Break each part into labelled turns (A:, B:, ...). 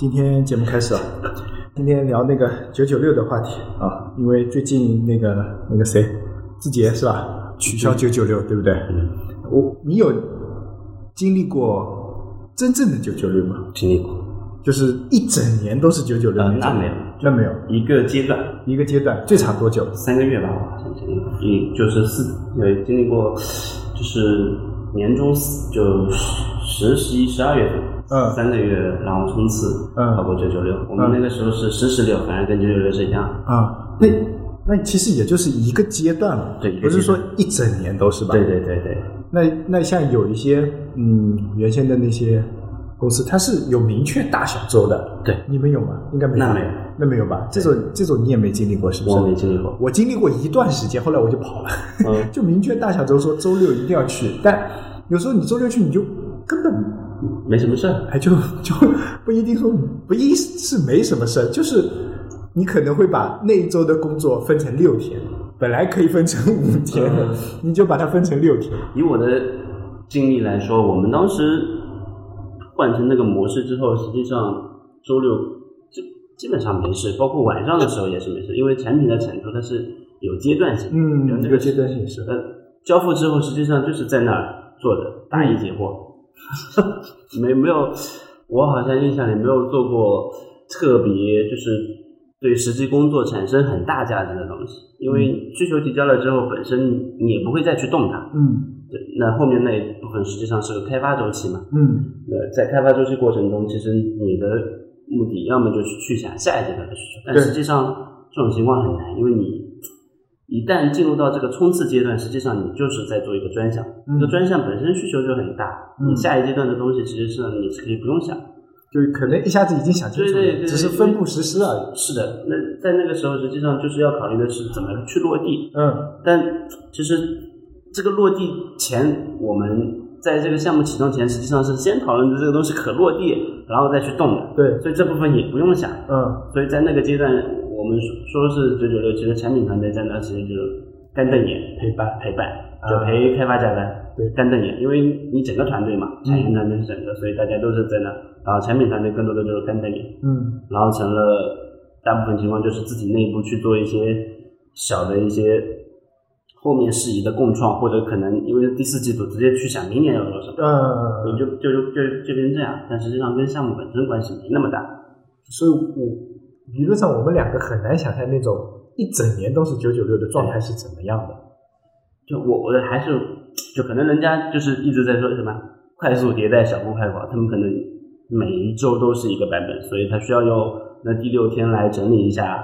A: 今天节目开始啊，今天聊那个九九六的话题啊，因为最近那个那个谁，字节是吧？取消九九六，对不对？
B: 嗯
A: 我你有经历过真正的九九六吗？
B: 经历过。
A: 就是一整年都是九九六
B: 呃，？那没有，
A: 那没有，
B: 一个阶段，
A: 一个阶段最长多久？
B: 三个月吧，我好像经历过，也就是四，也经历过，就是年终四就十、十一、十二月份，
A: 嗯
B: 三个月，然后冲刺，
A: 嗯
B: 考过九九六。我们那个时候是十十六，反正跟九九六是一样的。
A: 啊，那那其实也就是一个阶段了，
B: 对一
A: 不
B: 个
A: 是
B: 阶
A: 说
B: 段
A: 一整年都是吧？
B: 对对对对，
A: 那那像有一些嗯，原先的那些公司，它是有明确大小周的，
B: 对，
A: 你们有吗？应该没有，
B: 那没有，
A: 那没有吧？这种这种你也没经历过，是不是？
B: 我没经历过。
A: 我经历过一段时间，后来我就跑了，
B: 嗯
A: 就明确大小周说周六一定要去，但有时候你周六去你就根本
B: 没什么事儿，
A: 哎就就不一定说不一是没什么事儿，就是你可能会把那一周的工作分成六天，本来可以分成五天，
B: 嗯
A: 你就把它分成六天，
B: 以我的经历来说，我们当时换成那个模式之后，实际上周六就基本上没事，包括晚上的时候也是没事，因为产品的产出它是有阶段性的，
A: 嗯
B: 有，那
A: 这
B: 个
A: 个阶段性是。
B: 呃，交付之后实际上就是在那儿坐着答疑解惑，
A: 嗯
B: 没没有，我好像印象里没有做过特别就是对实际工作产生很大价值的东西，因为需求提交了之后，本身你也不会再去动它。
A: 嗯
B: 对，那后面那一部分实际上是个开发周期嘛。
A: 嗯
B: 那在开发周期过程中，其实你的目的要么就是去想下一阶段的需求，但
A: 对
B: 实际上这种情况很难，因为你一旦进入到这个冲刺阶段，实际上你就是在做一个专项，
A: 嗯
B: 这个专项本身需求就很大，
A: 嗯
B: 你下一阶段的东西其实是你是可以不用想。
A: 就是可能一下子已经想清楚了，
B: 对对对
A: 只是分布实施而已。
B: 是的，那在那个时候，实际上就是要考虑的是怎么去落地，
A: 嗯
B: 但其实这个落地前，我们在这个项目启动前，实际上是先讨论这个东西可落地，然后再去动的，
A: 对，
B: 所以这部分也不用想。
A: 嗯
B: 所以在那个阶段，我们说说是九九六，其实产品团队在那其实就是干瞪眼陪伴陪伴，就
A: 啊
B: 陪开发加班，
A: 对嗯
B: 干瞪眼，因为你整个团队嘛，产研团队是整个，所以大家都是在那，然后产品团队更多的就是干瞪眼，
A: 嗯
B: 然后成了大部分情况就是自己内部去做一些小的一些后面事宜的共创，或者可能因为第四季度直接去想明年要做什么，
A: 呃，
B: 就就就就就变这样。但实际上跟项目本身关系没那么大，
A: 所以我理论上我们两个很难想象那种一整年都是九九六的状态是怎么样的。
B: 就我我还是就可能人家就是一直在说什么快速迭代、小步快跑，他们可能每一周都是一个版本，所以他需要用那第六天来整理一下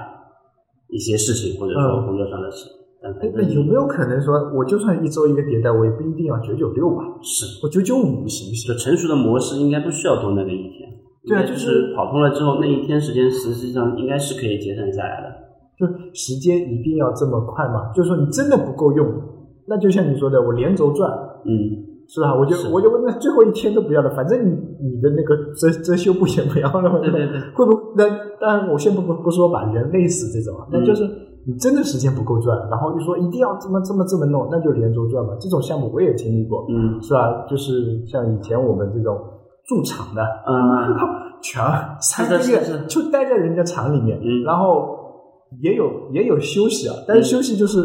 B: 一些事情，或者说
A: 嗯
B: 工作上的事。但反
A: 哎
B: 正
A: 那有没有可能说，我就算一周一个迭代，我也不一定要九九六吧？
B: 是
A: 我九九五行不
B: 就
A: 行？
B: 成熟的模式应该不需要多那个一天。
A: 对啊
B: 应该就
A: 就是
B: 是跑通了之后，那一天时间实际上应该是可以节省下来的。
A: 就时间一定要这么快吗？就是说你真的不够用，那就像你说的，我连轴转，
B: 嗯，
A: 是啊吧？我就是我就那最后一天都不要了，反正你你的那个遮遮羞布也不要了嘛，
B: 对对对
A: 会不会？那当然，我先不不不说把人累死这种啊，那
B: 嗯
A: 就是你真的时间不够赚，然后又说一定要这么这么这么弄，那就连轴转吧。这种项目我也经历过，
B: 嗯
A: 是吧？就是像以前我们这种驻场的，
B: 嗯，
A: 全三个
B: 是
A: 月
B: 的是的
A: 就待在人家厂里面，
B: 嗯
A: 然后也有也有休息啊，但是休息就是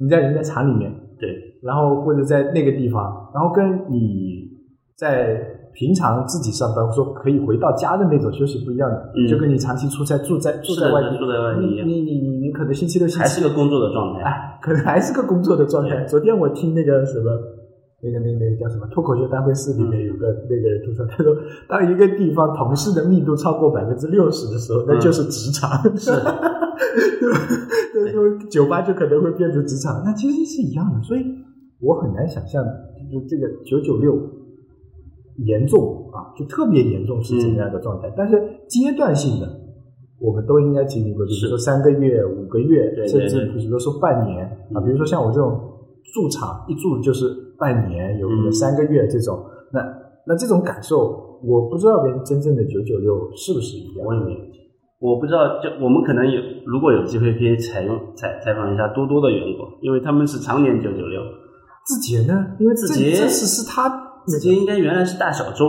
A: 你在人家厂里面，
B: 对，
A: 然后或者在那个地方，然后跟你在平常自己上班，或者说可以回到家的那种休息不一样的，
B: 嗯
A: 就跟你长期出差住在住
B: 是
A: 在
B: 的
A: 外
B: 是
A: 地，
B: 的住在外地一
A: 你
B: 样
A: 你你你你可能星期六星
B: 还
A: 期
B: 是个工作的状态。
A: 哎， 可能还是个工作的状态。昨天我听那个什么，那个那个那个叫什么脱口秀大会四里面有个那个人吐槽，他说，当一个地方同事的密度超过百分之六十的时候，那就是
B: 嗯
A: 职场。
B: 是
A: 对吧？对说酒吧就可能会变成职场，那其实是一样的。所以我很难想象，就是这个九九六严重啊，就特别严重是怎么样的状态。
B: 嗯
A: 但是阶段性的，我们都应该经历过，就是
B: 是
A: 说三个月、五个月，
B: 对对
A: 甚至
B: 对
A: 比如说半年啊，
B: 嗯
A: 比如说像我这种驻场一驻就是半年，有可能
B: 嗯
A: 三个月这种，那那这种感受，我不知道跟真正的九九六是不是一样。
B: 我也没有。我不知道，就我们可能有，如果有机会可以采用采采访一下多多的员工，因为他们是常年九九六，
A: 嗯字节呢？因为
B: 字
A: 这
B: 节
A: 这次是他
B: 字节应该原来是大小周，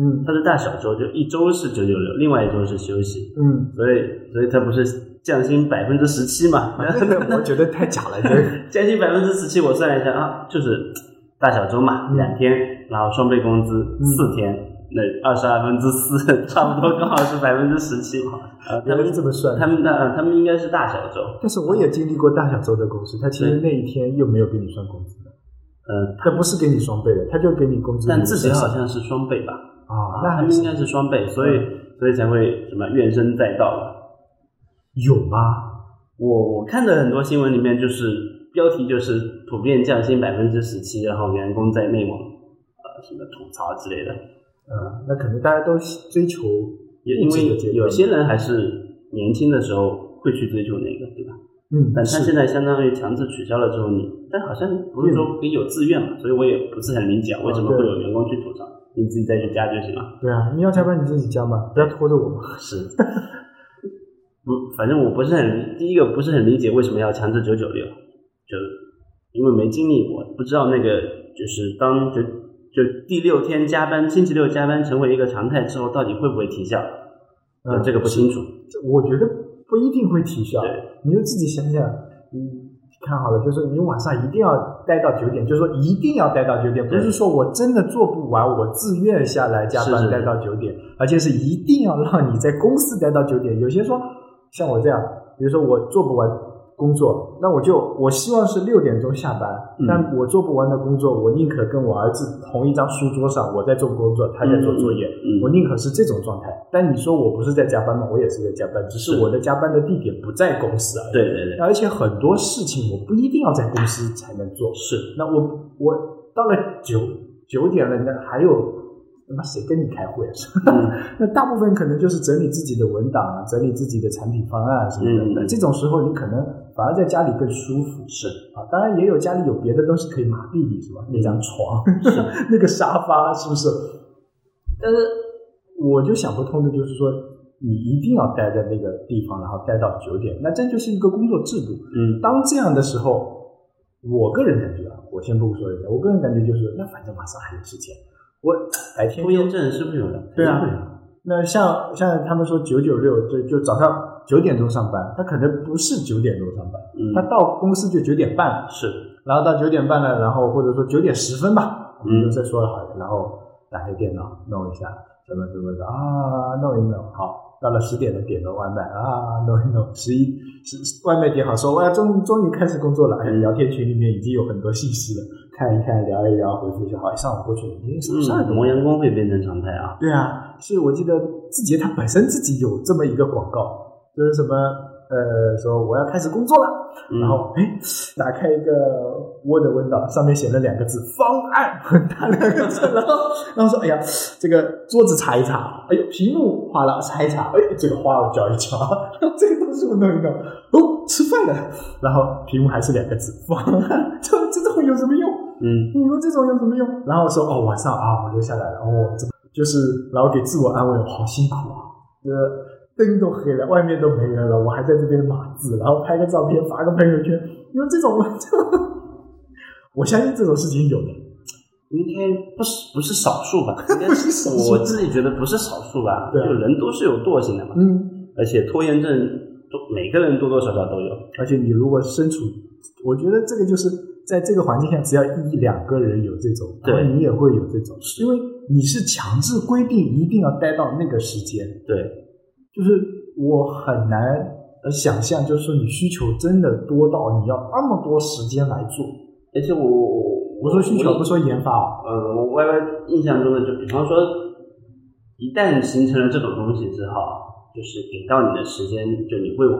A: 嗯
B: 它是大小周，就一周是九九六，另外一周是休息，
A: 嗯，
B: 所以所以它不是降薪百分之十 七嘛？
A: 那个我觉得太假了，这个
B: 降薪百分之十七，我算了一下啊，就是大小周嘛，
A: 嗯
B: 两天，然后双倍工资
A: 嗯
B: 四天。那二十二分之四， 差不多刚好是百分之十七。呃，他
A: 原来
B: 们
A: 是这么算的
B: 他们那、呃他们应该是大小周，
A: 但是我也经历过大小周的公司，他其实那一天又没有给你算工资的，
B: 呃，
A: 他不是给你双倍的，他就给你工资里
B: 但
A: 面
B: 自
A: 少少。
B: 己好像是双倍吧？
A: 啊，那
B: 他
A: 还
B: 们应该
A: 是
B: 是双倍，所以、
A: 嗯
B: 所以才会什么怨声载道嘛。
A: 有吗？
B: 我我看的很多新闻里面，就是标题就是普遍降薪百分之十七，然后员工在内网呃什么吐槽之类的，
A: 呃，那可能大家都追求
B: 也因
A: 物质的阶
B: 为
A: 段
B: 有些人还是年轻的时候会去追求那个，对吧？
A: 嗯，
B: 但他
A: 是
B: 现在相当于强制取消了之后你，但好像不是说可以有自愿嘛，所以我也不是很理解为什么
A: 对
B: 会有员工去吐槽，
A: 嗯
B: 你自己再去加就 行了。
A: 对啊，你要加班你自己加嘛，不要拖着我嘛。
B: 是， 不，反正我不是很第一个不是很理解为什么要强制九九六，就因为没经历过，不知道那个就是当就就第六天加班，星期六加班成为一个常态之后，到底会不会提效？
A: 嗯
B: 就这个不清楚。
A: 这我觉得不一定会提效
B: 对，
A: 你就自己想想，你看好了，就是你晚上一定要待到九点，就是说一定要待到九点，不
B: 对
A: 是说我真的做不完，我自愿下来加
B: 是
A: 班
B: 是
A: 待到九点，而且是一定要让你在公司待到九点。有些说像我这样，比如说我做不完。工作，那我就我希望是六点钟下班，
B: 嗯
A: 但我做不完的工作，我宁可跟我儿子同一张书桌上，我在做工作，他在做作业，
B: 嗯
A: 我宁可是这种状态。但你说我不是在加班吗？我也是在加班，只是
B: 是
A: 我的加班的地点不在公司而已。
B: 对对对，
A: 而且很多事情我不一定要在公司才能做。
B: 是
A: 那我我到了九九点了，那还有他妈谁跟你开会啊？
B: 嗯
A: 那大部分可能就是整理自己的文档啊，整理自己的产品方案啊什么的。
B: 嗯
A: 那这种时候你可能反而在家里更舒服。
B: 是
A: 啊，当然也有家里有别的东西可以麻痹你，是吧？那张 床、那个沙发，是不是？但是我就想不通的就是说，你一定要待在那个地方，然后待到九点，那这就是一个工作制度。
B: 嗯
A: 当这样的时候，我个人感觉啊，我先不说人家，我个人感觉就是，那反正马上还有时间，我白天
B: 拖延症是会有的，
A: 对啊
B: 肯定会有的
A: 那像像他们说九九六，就就早上九点钟上班，他可能不是九点钟上班，
B: 嗯
A: 他到公司就九点半了。
B: 是
A: 然后到九点半了，然后或者说九点十分吧，我们就
B: 嗯
A: 再说了好了，然后打开电脑弄一下什么什么的啊，弄一弄好，到了十点了点个外卖啊，弄一弄十一十外卖点好说，哇，终终于开始工作了，哎，
B: 嗯
A: 聊天群里面已经有很多信息了，看一看聊一聊，回复一下，好，一上午过去了，已经什么事儿
B: 嗯，
A: 都
B: 磨
A: 没有。
B: 洋工会变成常态啊，
A: 对啊，是我记得字节它本身自己有这么一个广告，就是什么呃，说我要开始工作了。
B: 嗯
A: 然后哎，打开一个 Word 文档，上面写了两个字“方案”，打两个字，然后 然后说哎呀，这个桌子擦一擦，哎呦，屏幕花了擦一擦，哎，这个花我搅一搅，然 后这个东西我弄一弄，哦，吃饭了，然后屏幕还是两个字“方案”，这这种有什么用？
B: 嗯
A: 你说这种有什么用？然后说哦，晚上啊，我留下来了，哦，这就是然后给自我安慰，好辛苦啊，这个灯都黑了，外面都没人了，我还在这边码字，然后拍个照片发个朋友圈，你说这种， 我相信这种事情有的，
B: 应该不是不是少数吧？ 应该
A: 不是少数
B: 我自己觉得不是少数吧？
A: 对啊
B: 就人都是有惰性的嘛，
A: 嗯，
B: 而且拖延症都每个人多多少少都有。
A: 而且你如果身处，我觉得这个就是在这个环境下，只要一两个人有这种，
B: 对
A: 然后你也会有这种，因为你是强制规定一定要待到那个时间，
B: 对，
A: 就是我很难呃想象，就是说你需求真的多到你要那么多时间来做。
B: 而且我我
A: 我说需求，不说研发啊。
B: 呃，我 Y Y 印象中的就比方说，一旦形成了这种东西之后，就是给到你的时间，就你会往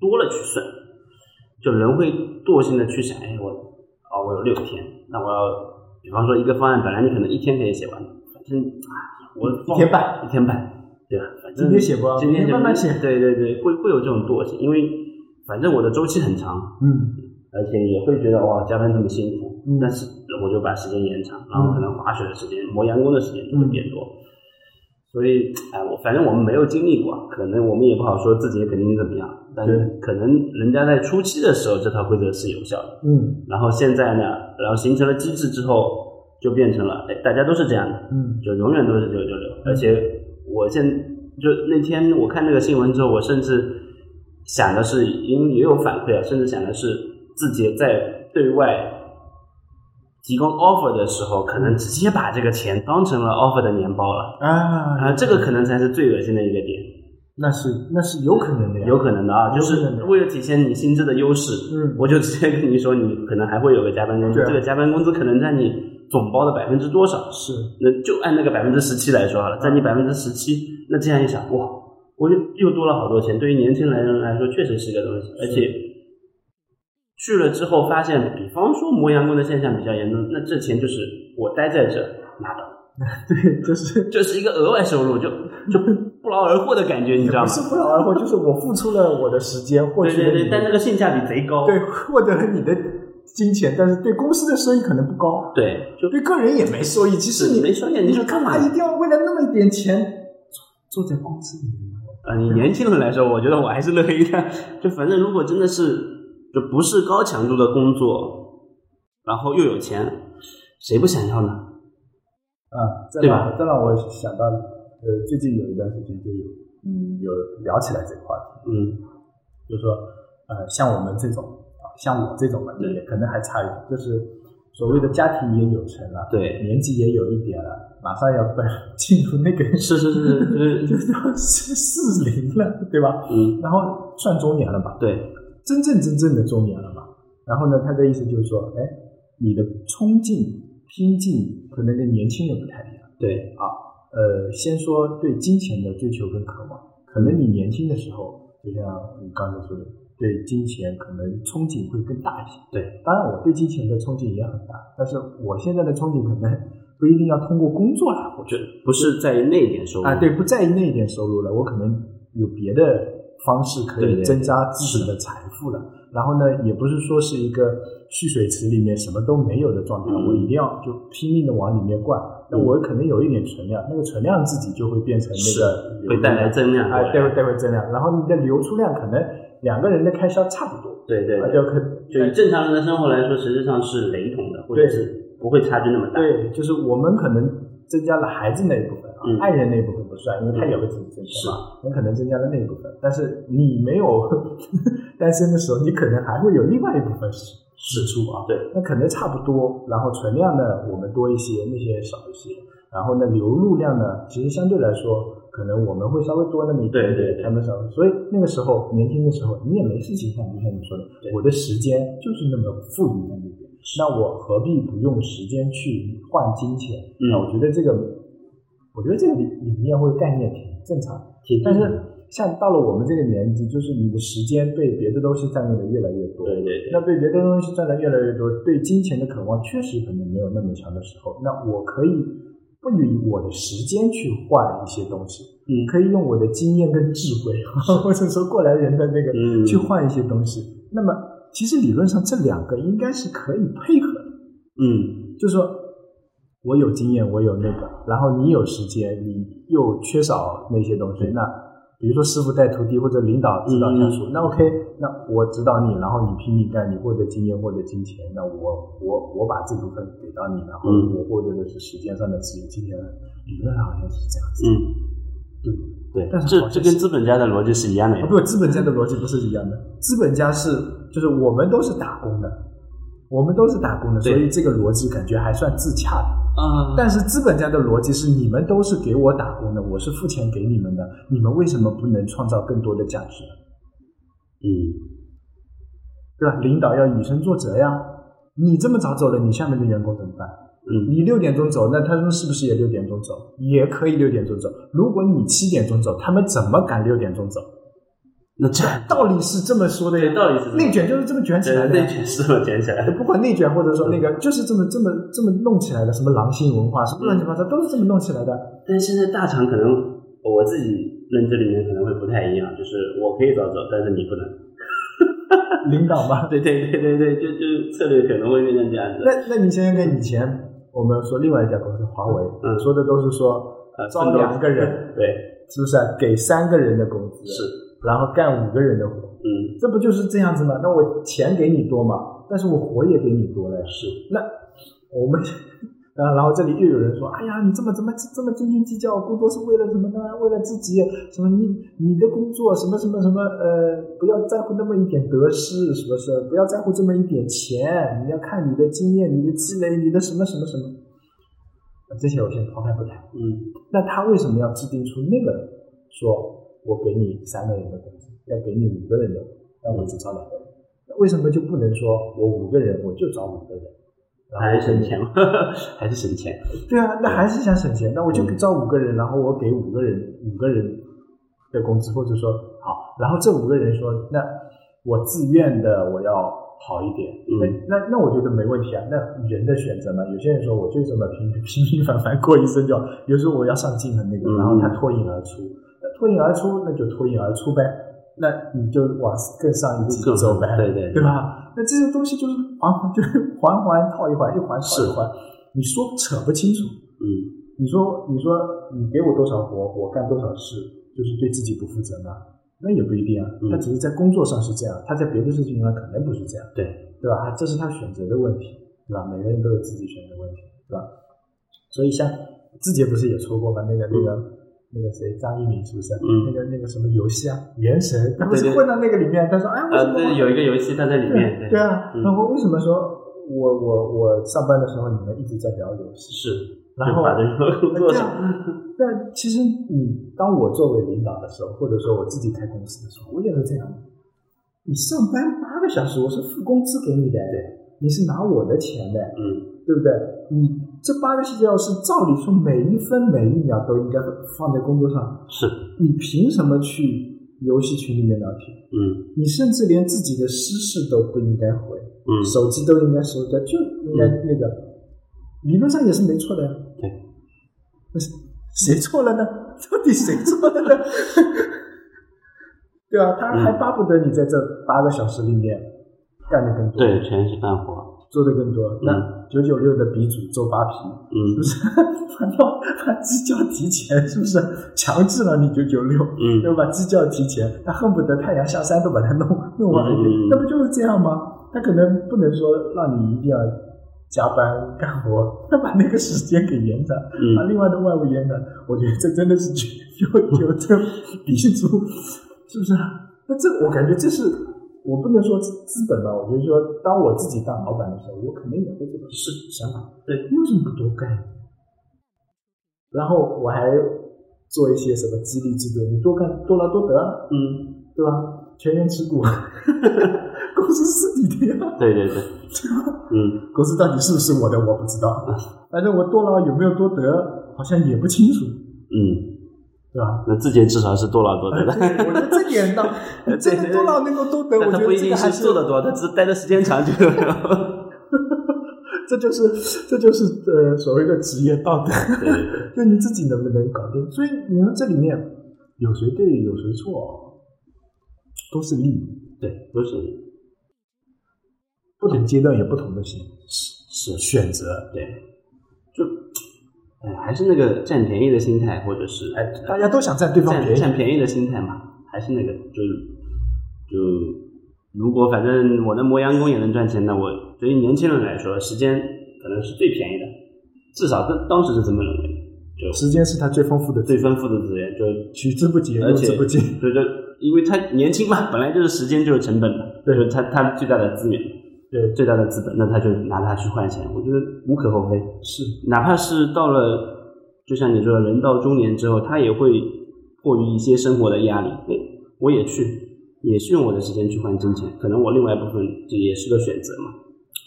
B: 多了去算，就人会惰性的去想，哎，我哦，我有六天，那我要，比方说一个方案，本来你可能一天可以写完，反正啊我
A: 一天半，
B: 一天半，对吧？反正
A: 今天写不完
B: 今天
A: 明天
B: 就
A: 慢慢写
B: 对对对，会会有这种惰性，因为反正我的周期很长，
A: 嗯
B: 而且也会觉得哇，加班这么辛苦，
A: 嗯
B: 但是我就把时间延长，然后可能滑雪的时间、磨洋工的时间就会变多。所以，哎，我反正我们没有经历过，可能我们也不好说自己肯定怎么样，但是可能人家在初期的时候这套规则是有效的，
A: 嗯
B: 然后现在呢，然后形成了机制之后，就变成了，哎，大家都是这样的，
A: 嗯
B: 就永远都是九九六。而且我现就那天我看那个新闻之后，我甚至想的是，因为也有反馈啊，甚至想的是自己在对外提供 offer 的时候，可能直接把这个钱当成了 offer 的年包了
A: 啊
B: 啊，这个可能才是最恶心的一个点，
A: 那是那是有可能的呀，
B: 有可能的啊，就
A: 有可能
B: 是
A: 的
B: 为了体现你薪资的优势，
A: 嗯
B: 我就直接跟你说，你可能还会有个加班工资，
A: 对啊
B: 这个加班工资可能占你总包的百分之多少？
A: 是
B: 那就按那个百分之十七来说好了，占你百分之十七，那这样一想，哇，我就又多了好多钱。对于年轻人来说，确实是个东西，而且去了之后发现，比方说磨洋工的现象比较严重，那这钱就是我待在这拿到，
A: 对，就是
B: 这是一个额外收入，就就不劳而获的感觉，你
A: 也
B: 知道
A: 不
B: 吗？
A: 是不劳而获，就是我付出了我的时间，获
B: 对
A: 取
B: 对
A: 了你
B: 对，但那个性价比贼高，
A: 对获得了你的金钱，但是对公司的收益可能不高，
B: 对，就
A: 对个人也没收益。其实你
B: 没收益
A: 你
B: 你就
A: 干嘛一定要为了那么一点钱坐坐在公司里面？
B: 呃，你年轻人来说，我觉得我还是乐意的。就反正如果真的是就不是高强度的工作，然后又有钱，谁不想要呢？
A: 啊，这
B: 对
A: 让
B: 吧
A: 这让我想到，呃，最近有一段时间就有，嗯，有聊起来这个话题，
B: 嗯
A: 就说，呃，像我们这种，啊，像我这种嘛，
B: 对
A: 也可能还差一点，就是所谓的家庭也有成了，，
B: 对，
A: 年纪也有一点了，马上要奔进入那个
B: 是是是是，
A: 就是是要四四零了，对吧？
B: 嗯，
A: 然后算中年了吧，
B: 对，
A: 真正真正的中年了嘛。然后呢，他的意思就是说，哎，你的冲劲、拼劲可能跟年轻人不太一样。
B: 对，
A: 呃，先说对金钱的追求跟渴望，可能你年轻的时候，就像你刚才说的，对金钱可能憧憬会更大一些。
B: 对，
A: 当然我对金钱的憧憬也很大，但是我现在的憧憬可能不一定要通过工作来获
B: 就
A: 取
B: 不是在于那一点收入
A: 啊，对，不在意那一点收入了，我可能有别的方式可
B: 对
A: 以
B: 对
A: 增加自己的财富了。然后呢，也不是说是一个蓄水池里面什么都没有的状态，
B: 嗯
A: 我一定要就拼命的往里面灌。那
B: 嗯
A: 我可能有一点存量，那个存量自己就会变成那个
B: 是
A: 流
B: 会带来增量
A: 啊，对，会带会增量。然后你的流出量可能两个人的开销差不多，
B: 对对
A: 啊，
B: 对，
A: 就可
B: 就以正常人的生活来说，实际上是雷同的，或者
A: 对
B: 是不会差距那么大。
A: 对，就是我们可能增加了孩子那一部分啊，
B: 嗯
A: 爱人那一部分不算，因为他也会自己挣
B: 是
A: 钱嘛，你可能增加了那一部分，但是你没有 单身的时候，你可能还会有另外一部分支支出啊，
B: 对，
A: 那可能差不多，然后存量呢我们多一些，那些少一些，然后呢流入量呢，其实相对来说。可能我们会稍微多那么一点点，
B: 对对对
A: 他们少，所以那个时候年轻的时候，你也没事情干，就像你说的，
B: 对
A: 我的时间就是那么富裕在那边，那我何必不用时间去换金钱？那
B: 嗯
A: 我觉得这个，我觉得这个理理念或者概念挺正常的。
B: 挺
A: 但是像到了我们这个年纪，就是你的时间被别的东西占用的越来越多。
B: 对对对，
A: 那被别的东西占的越来越多，对金钱的渴望确实可能没有那么强的时候，那我可以不以我的时间去换一些东西，
B: 嗯
A: 可以用我的经验跟智慧， 或者说过来人的那个
B: 嗯
A: 去换一些东西。那么其实理论上这两个应该是可以配合的，
B: 嗯，
A: 就是说我有经验，我有那个，然后你有时间，你又缺少那些东西，那比如说师傅带徒弟或者领导指导下
B: 嗯
A: 属，那 OK，那我指导你，然后你拼命干，你获得经验，获得金钱，那我我我把这部分给到你，然后
B: 嗯
A: 我获得的是时间上的自由，金钱上的理论上好像是这样子，
B: 嗯，
A: 对。
B: 对
A: 但，是
B: 这
A: 好像
B: 这跟
A: 是
B: 资本家的逻辑是一样的呀
A: 啊，。不，资本家的逻辑不是一样的。资本家是就是我们都是打工的，我们都是打工的，所
B: 对
A: 以这个逻辑感觉还算自洽的。
B: 啊
A: 但是资本家的逻辑是，你们都是给我打工的，我是付钱给你们的，你们为什么不能创造更多的价值呢？
B: 嗯，
A: 对吧？领导要以身作则呀。你这么早走了，你下面的员工怎么办？
B: 嗯，
A: 你六点钟走，那他们是不是也六点钟走？也可以六点钟走。如果你七点钟走，他们怎么敢六点钟走？
B: 那这样
A: 道理是这么说的呀
B: 对，道理是这么
A: 内卷就是这么卷起来的呀
B: 内。卷是这么卷起来的。
A: 不管内卷或者说那个，
B: 嗯
A: 就是这么这么这么弄起来的，什么狼性文化，什么乱七八糟，都是这么弄起来的。
B: 但现在大厂可能我自己认知里面可能会不太一样，就是我可以早走，但是你不 能。嗯
A: 领导嘛，
B: 对对对对对，就就策略可能会变成这样子
A: 那。那你想想看，以前我们说另外一家公司华为，
B: 嗯
A: 说的都是说
B: 呃
A: 招两个 人，
B: 对，
A: 是不是、啊、给三个人的工资，
B: 是，
A: 然后干五个人的活，
B: 嗯，
A: 这不就是这样子吗？那我钱给你多嘛，但是我活也给你多了呀。
B: 是，
A: 那我们， 啊然后然后这里又有人说，哎呀，你这么怎么这么斤斤计较，工作是为了什么呢？为了自己，什么你你的工作什么什么什么，呃，不要在乎那么一点得失，是不是？不要在乎这么一点钱，你要看你的经验、你的积累、你的什么什么什么。这些我先抛开不谈。
B: 嗯
A: 那他为什么要制定出那个说，我给你三个人的工资，要给你五个人的，但我只招两个人？那为什么就不能说我五个人我就招五个人？然后
B: 还是省钱嘛， 还是省钱。
A: 对啊，那还是想省钱，那我就招五个人，然后我给五个人五个人的工资，或者说好，然后这五个人说，那我自愿的我要好一点，
B: 嗯
A: 那那那我觉得没问题啊，那人的选择嘛，有些人说我就这么平平平凡凡过一生就好，有时候我要上进的那个，
B: 嗯
A: 然后他脱颖而出，那脱颖而出那就脱颖而出呗，那你就往更上一级
B: 更
A: 走呗，
B: 对对
A: 对吧？那这些东西就是环环，就是环环套一环，一环套一环，你说扯不清楚。
B: 嗯
A: 你说，你说，你给我多少活，我干多少事，就是对自己不负责吗？那也不一定啊
B: 嗯。
A: 他只是在工作上是这样，他在别的事情上可能不是这样，
B: 对
A: 对吧？啊这是他选择的问题，对吧？每个人都有自己选择问题，对吧？所以像字节不是也说过吗？那个那个那个谁，张一鸣是不是？
B: 嗯
A: 那个那个什么游戏啊，《原神》，他不
B: 对
A: 是
B: 对
A: 混到那个里面，他说，哎，为什
B: 呃，
A: 么
B: 对，
A: 我
B: 有一个游戏它在里面，
A: 对啊，
B: 嗯
A: 然后为什么说我我我上班的时候你们一直在聊游戏？
B: 是，
A: 然后
B: 就把这个工作
A: 对
B: 上，
A: 啊， 但其实你当我作为领导的时候，或者说我自己开公司的时候，我也是这样的。你上班八个小时，我是付工资给你的，你是拿我的钱的，
B: 嗯
A: 对不对？你这八个小时照理说每一分每一秒都应该放在工作上，
B: 是，
A: 你凭什么去游戏群里面聊天？
B: 嗯
A: 你甚至连自己的私事都不应该回，
B: 嗯
A: 手机都应该收掉，就应该那个，理论上也是没错的呀。
B: 对，
A: 那是谁错了呢？ 到底谁错了呢？ 对啊，他
B: 嗯
A: 还巴不得你在这八个小时里面干的更多，
B: 对，嗯全是干活，
A: 做的更多。那九九六的鼻祖周扒皮，是不
B: 嗯
A: 是 把要把支教提前？是不是强制了你九九六？
B: 嗯
A: 对吧？支教提前，他恨不得太阳下山都把它弄弄完一点
B: 嗯嗯嗯，
A: 那不就是这样吗？他可能不能说让你一定要加班干活， 他把那个时间给延长，把
B: 嗯，
A: 另外的外务延长。我觉得这真的是有有这鼻祖，是不是啊？那这我感觉这是我不能说资资本吧，我就是说，当我自己当老板的时候，我可能也会这种是想法，
B: 对
A: 你为什么不多干？然后我还做一些什么激励制度，你多干多劳多得啊，
B: 嗯，
A: 对吧？全员持股， 公司是你的呀，
B: 对对对，
A: 对吧？
B: 嗯
A: 公司到底是不是我的，我不知道，反正我多劳有没有多得，好像也不清楚，
B: 嗯，
A: 对吧？
B: 那字节至少是多劳多得
A: 我
B: 的。
A: 觉得这点 倒，这个多劳能够多得，我
B: 但他
A: 觉
B: 不
A: 得
B: 一
A: 这
B: 定
A: 个还
B: 是
A: 是
B: 做的多，他只是待的时间长就
A: 这就是这就是呃所谓的职业道德，
B: 对对对，
A: 就你自己能不能搞定。所以你说这里面有谁对有谁错，都是利益，
B: 对，都是
A: 不同阶段有不同的选
B: 是是，
A: 选择。
B: 对，就，哎，还是那个占便宜的心态，或者是
A: 哎，大家都想占对方
B: 占
A: 便宜，
B: 占便宜的心态嘛，还是那个，就就如果反正我的磨洋工也能赚钱，那我对于年轻人来说，时间可能是最便宜的，至少当当时是这么认为的，就
A: 时间是他最丰富的
B: 最
A: 资源，
B: 丰富的资源，就
A: 取之不竭，
B: 而
A: 用
B: 且
A: 之 不尽。
B: 就就因为他年轻嘛，本来就是时间就是成本嘛，
A: 对
B: 就是他他最大的资源，
A: 对，
B: 最大的资本，那他就拿它去换钱，我觉得无可厚非。
A: 是
B: 哪怕是到了，就像你说，的，人到中年之后，他也会迫于一些生活的压力，哎，我也去，也是用我的时间去换金钱，可能我另外一部分这也是个选择嘛。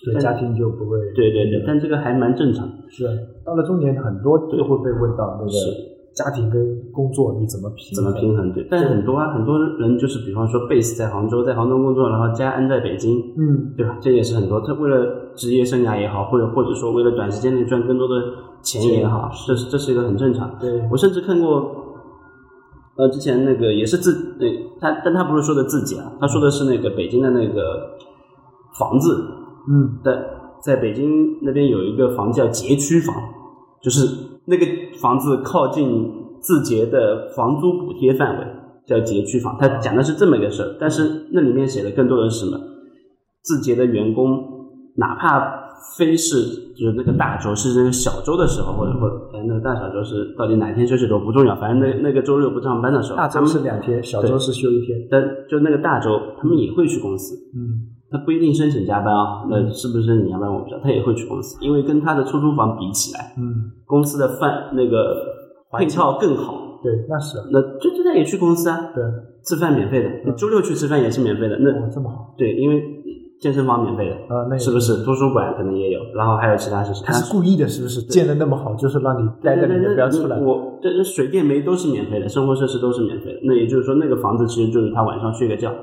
A: 对
B: 但
A: 家庭就不会
B: 对对对，但这个还蛮正常。
A: 是啊到了中年，很多就会被问到那
B: 是
A: 个家庭跟工作你怎么平
B: 怎么
A: 衡？
B: 平衡？对，但是很多啊，很多人就是，比方说 base 在杭州，在杭州工作，然后家安在北京，
A: 嗯，
B: 对吧？这也是很多，他为了职业生涯也好，或者或者说为了短时间内赚更多的钱也好，这是这是一个很正常。
A: 对，
B: 我甚至看过，呃，之前那个也是自那他，但他不是说的自己啊，他说的是那个北京的那个房子
A: 嗯，
B: 的，在北京那边有一个房叫街区房，就是那个房子靠近字节的房租补贴范围，叫街区房。他讲的是这么一个事儿，但是那里面写的更多的是什么？字节的员工哪怕非是就是那个大周是那个小周的时候，或者或者哎那个大小周是到底哪天休息周不重要，反正那那个周六不上班的时候，
A: 大
B: 他
A: 周
B: 们
A: 是两天，小周是休一天。
B: 但就那个大周他们也会去公司，
A: 嗯，
B: 他不一定申请加班啊，那是不是申请加班我不知道，他也会去公司，因为跟他的出租房比起来，
A: 嗯，
B: 公司的饭那个配套更好，
A: 对，那是啊
B: 那就就他也去公司啊，
A: 对，
B: 吃饭免费的，
A: 嗯
B: 你周六去吃饭也是免费的，那
A: 哦，这么好
B: 对，因为健身房免费的，
A: 啊，那也
B: 是不？是？图书馆可能也有，然后还有其他事情。
A: 他是故意的，是不是？建的那么好，就是让你待在里面不要出来。
B: 我这这水电煤都是免费的，生活设施都是免费的。那也就是说，那个房子其实就是他晚上睡个觉，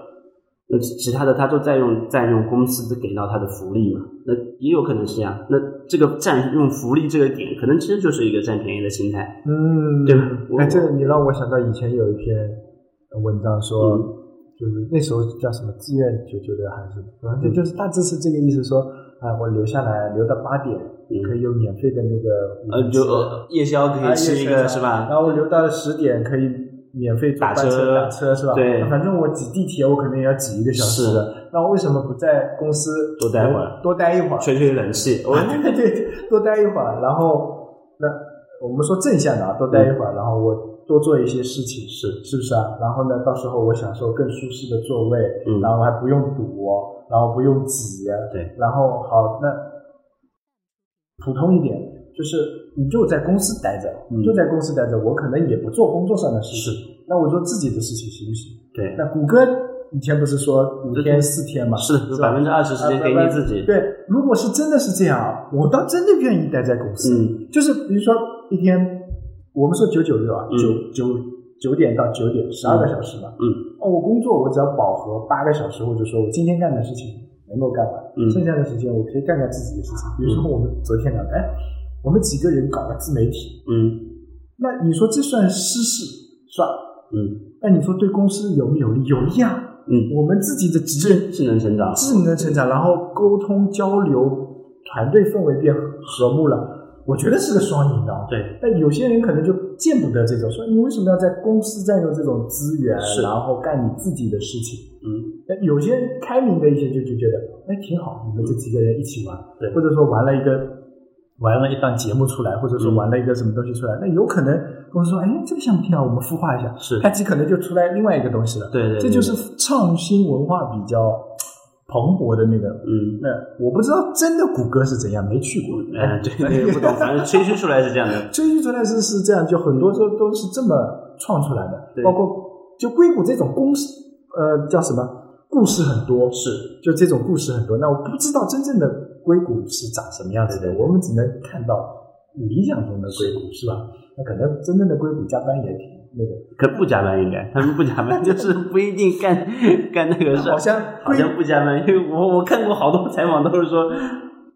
B: 那其其他的他都在用占用公司给到他的福利嘛。那也有可能是这样。那这个占用福利这个点，可能其实就是一个占便宜的心态。
A: 嗯，
B: 对我
A: 哎，这个你让我想到以前有一篇文章说，
B: 嗯
A: 就是那时候叫什么自愿九九六还是什么，反
B: 嗯
A: 正就是大致是这个意思说，啊，我留下来留到八点，
B: 嗯
A: 可以有免费的那个午
B: 呃，
A: 餐
B: 就
A: 吃
B: 呃夜宵可以吃一
A: 啊
B: 个
A: 夜
B: 是
A: 宵
B: 吧？
A: 然后我留到十点可以免费坐
B: 打
A: 班车
B: 车
A: 打车是吧？
B: 对
A: 那反正我挤地铁我可能也要挤一个小时
B: 是
A: 的，那我为什么不在公司
B: 多待会儿
A: 多待一会儿？
B: 吹吹冷气，我
A: 哦对对，多待一会儿，然后那我们说正向的啊，多待一会儿，然后我多做一些事情，
B: 是
A: 是不是啊？然后呢，到时候我享受更舒适的座位，
B: 嗯
A: 然后还不用堵，然后不用挤，啊
B: 对，
A: 然后好，那普通一点，就是你就在公司待着，
B: 嗯
A: 就在公司待着，我可能也不做工作上的事
B: 是
A: 情，那我做自己的事情行不行？
B: 对，
A: 那谷歌以前不是说五
B: 对
A: 天四天嘛，
B: 是
A: 吧
B: 百分之二十时间给你自己。
A: 对，如果是真的是这样啊，我倒真的愿意待在公司。
B: 嗯
A: 就是比如说一天，我们说九九六啊，
B: 嗯
A: 九九九点到九点，十二个小时嘛。
B: 嗯。
A: 哦，我工作我只要饱和八个小时，或者说我今天干的事情能够干完，
B: 嗯
A: 剩下的时间我可以干干自己的事情。比如说我们昨天聊的，哎，我们几个人搞个自媒体，
B: 嗯
A: 那你说这算私事算？
B: 嗯
A: 那你说对公司有没有利？有利啊！
B: 嗯，
A: 我们自己的职业
B: 智能成长。
A: 智能成长，然后沟通交流，团队氛围变和睦了，我觉得是个双赢的啊。
B: 对，
A: 但有些人可能就见不得这种，说你为什么要在公司占用这种资源，
B: 是
A: 然后干你自己的事情？
B: 嗯
A: 但有些人开明的一些就就觉得，哎，挺好，你们这几个人一起玩，
B: 对
A: 或者说玩了一个玩了一档节目出来，或者说
B: 嗯
A: 玩了一个什么东西出来，那有可能公司说，哎，这个项目挺好，我们孵化一下，
B: 是，
A: 它其实可能就出来另外一个东西了。
B: 对对，对
A: 这就是创新文化比较蓬勃的那个。
B: 嗯。
A: 那我不知道真的谷歌是怎样，没去过。哎
B: 呃，对，那个不懂，反正吹嘘出来是这样的。
A: 追溯出来是是这样，就很多都都是这么创出来的，
B: 对
A: 包括就硅谷这种公司，呃，叫什么故事很多，
B: 是，
A: 就这种故事很多。那我不知道真正的硅谷是长什么样子的，我们只能看到理想中的硅谷，是吧？那可能真正的硅谷加班也挺那个，
B: 可不加班应该，他们不加班就是不一定干干那个事儿
A: 好，像
B: 好
A: 硅
B: 像不加班，因为我我看过好多采访都是说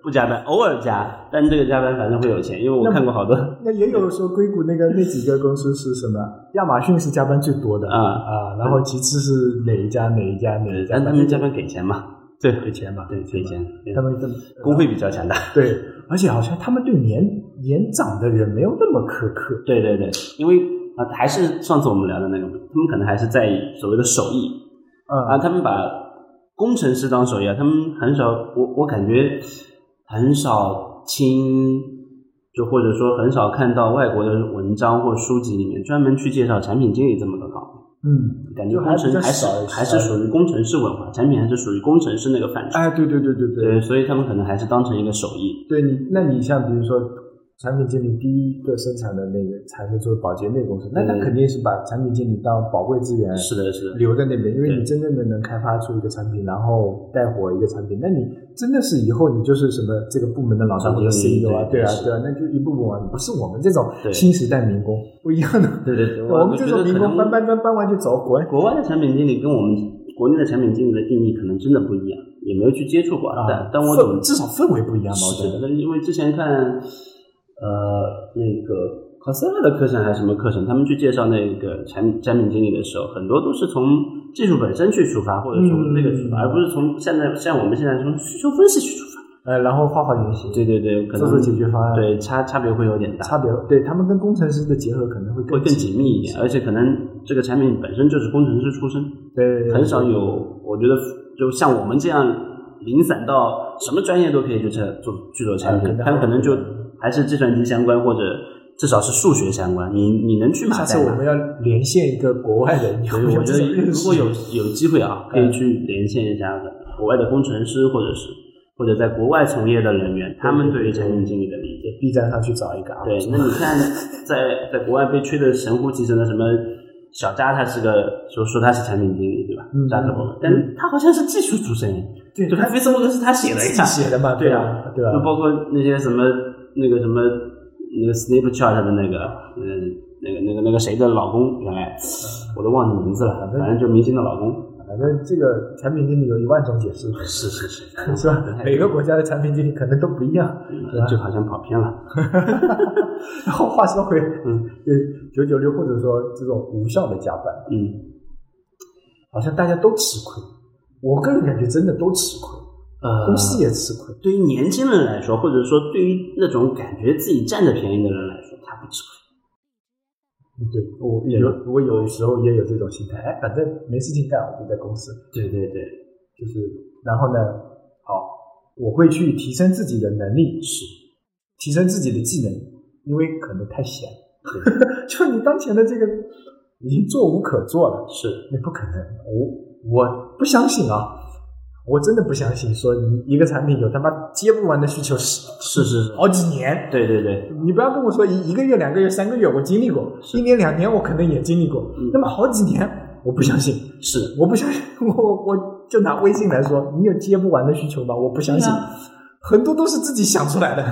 B: 不加班，偶尔加，但这个加班反正会有钱，因为我看过好多
A: 那也有说硅谷那个那几个公司是什么？亚马逊是加班最多的
B: 啊
A: 啊，然后其次是哪一家哪一家哪一家，
B: 但他们加班给钱嘛，对，
A: 给钱嘛，
B: 对，给钱，
A: 他们这
B: 工会比较强大，
A: 对，而且好像他们对年年长的人没有那么苛刻，
B: 对对对，因为啊，还是上次我们聊的那个嘛，他们可能还是在意所谓的手艺，啊，
A: 嗯，
B: 他们把工程师当手艺啊，他们很少，我我感觉很少听，就或者说很少看到外国的文章或书籍里面专门去介绍产品经理这么个岗位，
A: 嗯，
B: 感觉工程
A: 就还比较
B: 还是
A: 少一些
B: 还是属于工程师文化，产品还是属于工程师那个范畴，
A: 哎，对对对对对，
B: 对，所以他们可能还是当成一个手艺，
A: 对你，那你像比如说产品经理第一个生产的那个产品做保洁类公司，那他
B: 对对
A: 肯定是把产品经理当宝贵资源，
B: 是的，是的，
A: 留在那边，因为
B: 对
A: 你真正的能开发出一个产品，然后带火一个产品，那你真的是以后你就是什么这个部门的老大
B: 总
A: 或者
B: 经理
A: CEO 啊，对
B: 对
A: 啊
B: 是
A: 对啊，那就一步步啊，你不是我们这种
B: 对
A: 新时代民工不一样的，
B: 对对对，
A: 我们这
B: 觉
A: 种
B: 得
A: 民工
B: 可
A: 搬
B: 能
A: 搬搬搬完就走，滚
B: 国外的产品经理跟我们国内的产品经理的定义可能真的不一样，也没有去接触过，
A: 啊！
B: 但但我
A: 氛
B: 总
A: 至少氛围不一样嘛，我觉
B: 是
A: 得。
B: 的，因为之前看，呃，那个 c o s e r a 的课程还是什么课程，他们去介绍那个产产品经理的时候，很多都是从技术本身去出发，或者从那个出
A: 嗯
B: 发，而不是从现在像我们现在从需求分析去出发。
A: 呃，然后画画原型，
B: 对对对，可
A: 做做
B: 能
A: 解决方案，，
B: 对差差别会有点
A: 差
B: 大，
A: 别对他们跟工程师的结合可能会
B: 会更紧密一
A: 些
B: 点，而且可能这个产品本身就是工程师出身，
A: 对，对对
B: 很少有，我觉得就像我们这样零散到什么专业都可以去产做去做产品
A: 嗯，
B: 他们可能就还是计算机相关或者至少是数学相关，你你能去
A: 下
B: 码
A: 次
B: 代
A: 我
B: 码
A: 们。要连线一个国外人，
B: 所以我觉得如果有有机会啊，可以
A: 嗯
B: 去连线一下国外的工程师，或者是或者在国外从业的人员，他们对于产品经理的理解。
A: B 站上去找一个啊，
B: 对，那你看，在在国外被吹的神乎其神的什么小扎，他是个说说他是产品经理对吧？
A: 嗯
B: 扎克伯格，但他好像是技术出身，
A: 对
B: 对吧？Facebook 是他写的
A: 自
B: 呀
A: 己，写的嘛，
B: 对
A: 吧？对吧
B: 就？包括那些什么那个什么那个 Snapchat 的那个嗯那个那个那个谁的老公，原来我都忘记名字了，嗯反正就明星的老公，
A: 反正这个产品经理有一万种解释，
B: 是是 是，嗯
A: 是吧？每个国家的产品经理可能都不一样。
B: 就好像跑偏了，
A: 然后话说回，
B: 嗯
A: 嗯，九九六或者说这种无效的加班，
B: 嗯
A: 好像大家都吃亏。我个人感觉真的都吃亏，
B: 呃，
A: 公司也吃亏。
B: 对于年轻人来说，或者说对于那种感觉自己占着便宜的人来说，他不吃亏。嗯
A: 对我有我有时候也有这种心态，哎，反正没事情干，我就在公司，
B: 对对对，
A: 就是然后呢，好，我会去提升自己的能力，
B: 是，
A: 提升自己的技能，因为可能太闲， 就你当前的这个已经做无可做了，
B: 是，
A: 那不可能，我我不相信啊，我真的不相信，说你一个产品有他妈接不完的需求是
B: 是是是，
A: 好几年，
B: 对对对，
A: 你不要跟我说一一个月、两个月、三个月，我经历过，一年、两年我可能也经历过
B: 嗯，
A: 那么好几年，我不相信，
B: 是，
A: 我不相信， 我我我就拿微信来说，你有接不完的需求吗？我不相信
B: 对啊，
A: 很多都是自己想出来的。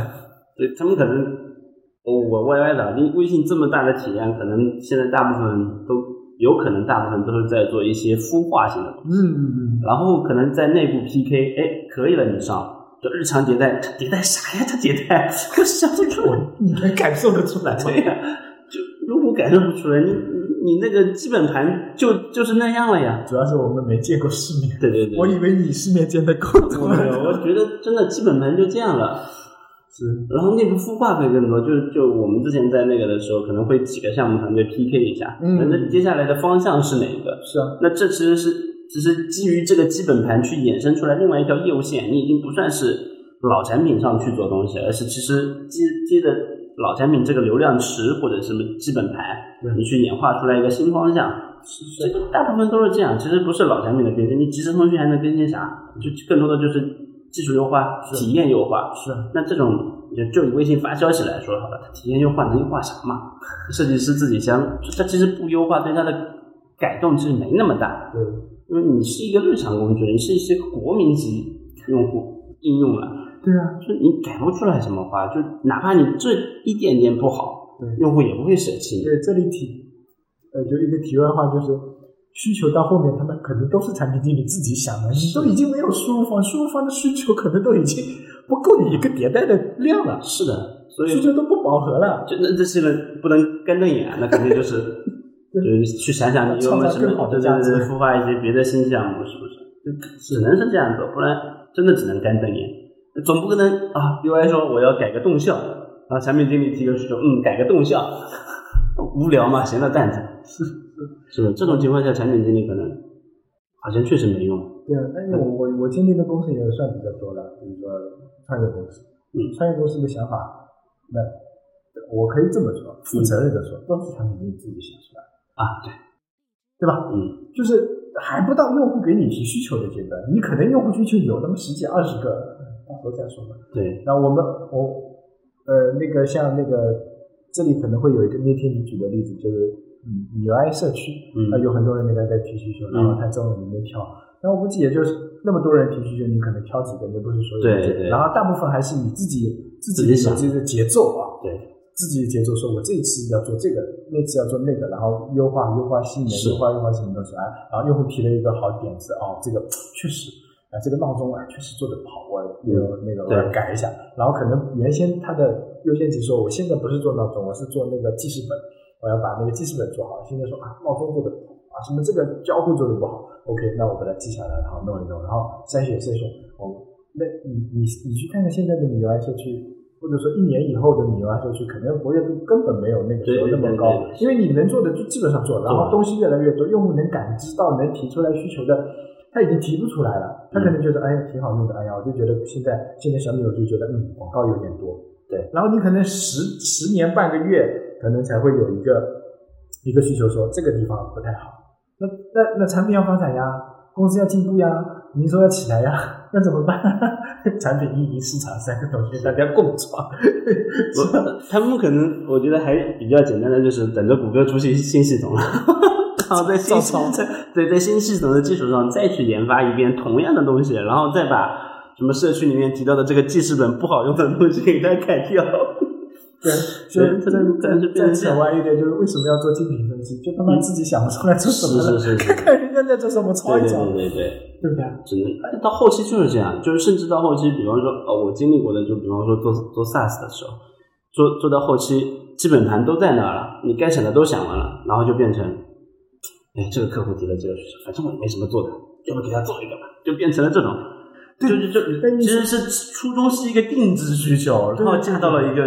B: 对他们可能，我我歪歪的，啊微微信这么大的体量，可能现在大部分都有可能大部分都是在做一些孵化型的，
A: 嗯，
B: 然后可能在内部 PK，哎，可以了你上，就日常迭代，它迭代啥呀？它迭代，可是这个我
A: 我你能感受得出来吗？
B: 对呀、就如果感受不出来，你你你那个基本盘就就是那样了呀。
A: 主要是我们没见过世面，
B: 对对对，
A: 我以为你世面见的够多
B: 我
A: 了。
B: 我觉得真的基本盘就这样了。
A: 是，
B: 然后内部孵化会更多，就就我们之前在那个的时候，可能会几个项目团队 PK 一下，
A: 嗯
B: 那那接下来的方向是哪一个？
A: 是啊，
B: 那这其实是只是基于这个基本盘去衍生出来另外一条业务线，你已经不算是老产品上去做东西，而是其实接接着老产品这个流量池或者什么基本盘
A: 对，
B: 你去演化出来一个新方向。这个大部分都是这样，其实不是老产品的更新，你即时通讯还能更新啥？就更多的就是技术优化、
A: 是
B: 体验优化。
A: 是啊，
B: 那这种就就以微信发消息来说好了，它体验优化能优化啥嘛？设计师自己想，它其实不优化对它的改动其实没那么大，
A: 对，
B: 因为你是一个日常工具，你是一些国民级用户应用了，
A: 对啊，
B: 就你改不出来什么花，就哪怕你这一点点不好，
A: 对
B: 用户也不会舍弃你。
A: 对，这里提，呃，就一个题外话，就是需求到后面，他们可能都是产品经理自己想的，你都已经没有输入方，输入方的需求可能都已经不够你一个迭代的量了，
B: 是的，所以
A: 需求都不饱和了，
B: 就那这些人不能干瞪眼啊，那肯定就是就是去想想你有没有
A: 创
B: 什
A: 造更好
B: 么，
A: 的
B: 对
A: 价
B: 对
A: 值
B: 对，孵化一些别的新项目，是不是？就只能是这样做，不然真的只能干瞪眼。总不可能啊，UI 说我要改个动效，然后产品经理提个需求，嗯，改个动效，无聊嘛，闲了蛋疼。
A: 是
B: 是的，这种情况下，产品经理可能好像确实没用。
A: 对啊，但是我我我经历的公司也算比较多了，比如说创业公司，
B: 嗯
A: 创业公司的想法，那我可以这么说，负责任的说，都是产品经理自己想出来的，
B: 嗯啊，对，
A: 对吧？
B: 嗯，
A: 就是还不到用户给你提需求的阶段，你可能用户需求有那么十几二十个，到时候再说吧。
B: 对，
A: 那我们我呃那个像那个这里可能会有一个那天你举的例子，就是嗯 UI 社区，
B: 嗯
A: 那有很多人给他在提需求，然后他正往里面挑，那我估计也就是那么多人提需求，你可能挑几个，你又不是所有人
B: 对
A: 提
B: 对
A: 然后大部分还是你自己自己
B: 自己
A: 有
B: 想
A: 自己的节奏啊，
B: 对，
A: 自己的节奏，说我这一次要做这个，那次要做那个，然后优化优化性能，
B: 是
A: 优化优化什么东西啊？然后用户提了一个好点子，哦，这个确实，啊，这个闹钟啊确实做的不好，我那个那个我要
B: 嗯对
A: 改一下。然后可能原先他的优先级说，我现在不是做闹钟，我是做那个记事本，我要把那个记事本做好。现在说啊，闹钟做的不好啊，什么这个交互做的不好，OK，那我把它记下来，然后弄一弄，然后筛选筛选，哦，那你你你去看看现在的米 UI 社区，或者说一年以后的米 UI 社区，可能活跃度根本没有那个时候那么高
B: 对对对，对
A: 因为你能做的就基本上做了，然
B: 做
A: 后
B: 了
A: 东西越来越多，用户能感知到能提出来需求的他已经提不出来了，他可能就是哎呀挺好用的，哎呀我就觉得现在现在小米我就觉得嗯广告有点多，
B: 对，
A: 然后你可能十十年半个月可能才会有一个一个需求说这个地方不太好，那那那产品要发展呀，公司要进步呀，营收要起来呀，那怎么办？ 产品运营市场三个东西大家共创，
B: 我 他们可能我觉得还比较简单的就是等着谷歌出新新系统了， 然后在新
A: 照抄
B: 在对在新系统的基础上再去研发一遍同样的东西，然后再把什么社区里面提到的这个记事本不好用的东西给它改掉。
A: 对，
B: 对
A: 就再
B: 但是变
A: 再再
B: 成这样
A: 扯歪一点，就是为什么要做竞品分析？就他妈自己想不出来做什
B: 是
A: 么了，
B: 是 是，
A: 看看人家在做什么，抄
B: 对
A: 一
B: 对
A: 抄，
B: 对对对。
A: 对不对？
B: 只能哎到后期就是这样，就是甚至到后期，比方说，呃，我经历过的，就比方说做做 SaaS 的时候，做做到后期，基本盘都在那儿了，你该想的都想完了，然后就变成，哎，这个客户提了这个需求，反正我也没什么做的，要不给他做一个吧，就变成了这种，就就
A: 哎
B: 就
A: 你
B: 其实是初衷是一个定制需求，然后嫁到了一个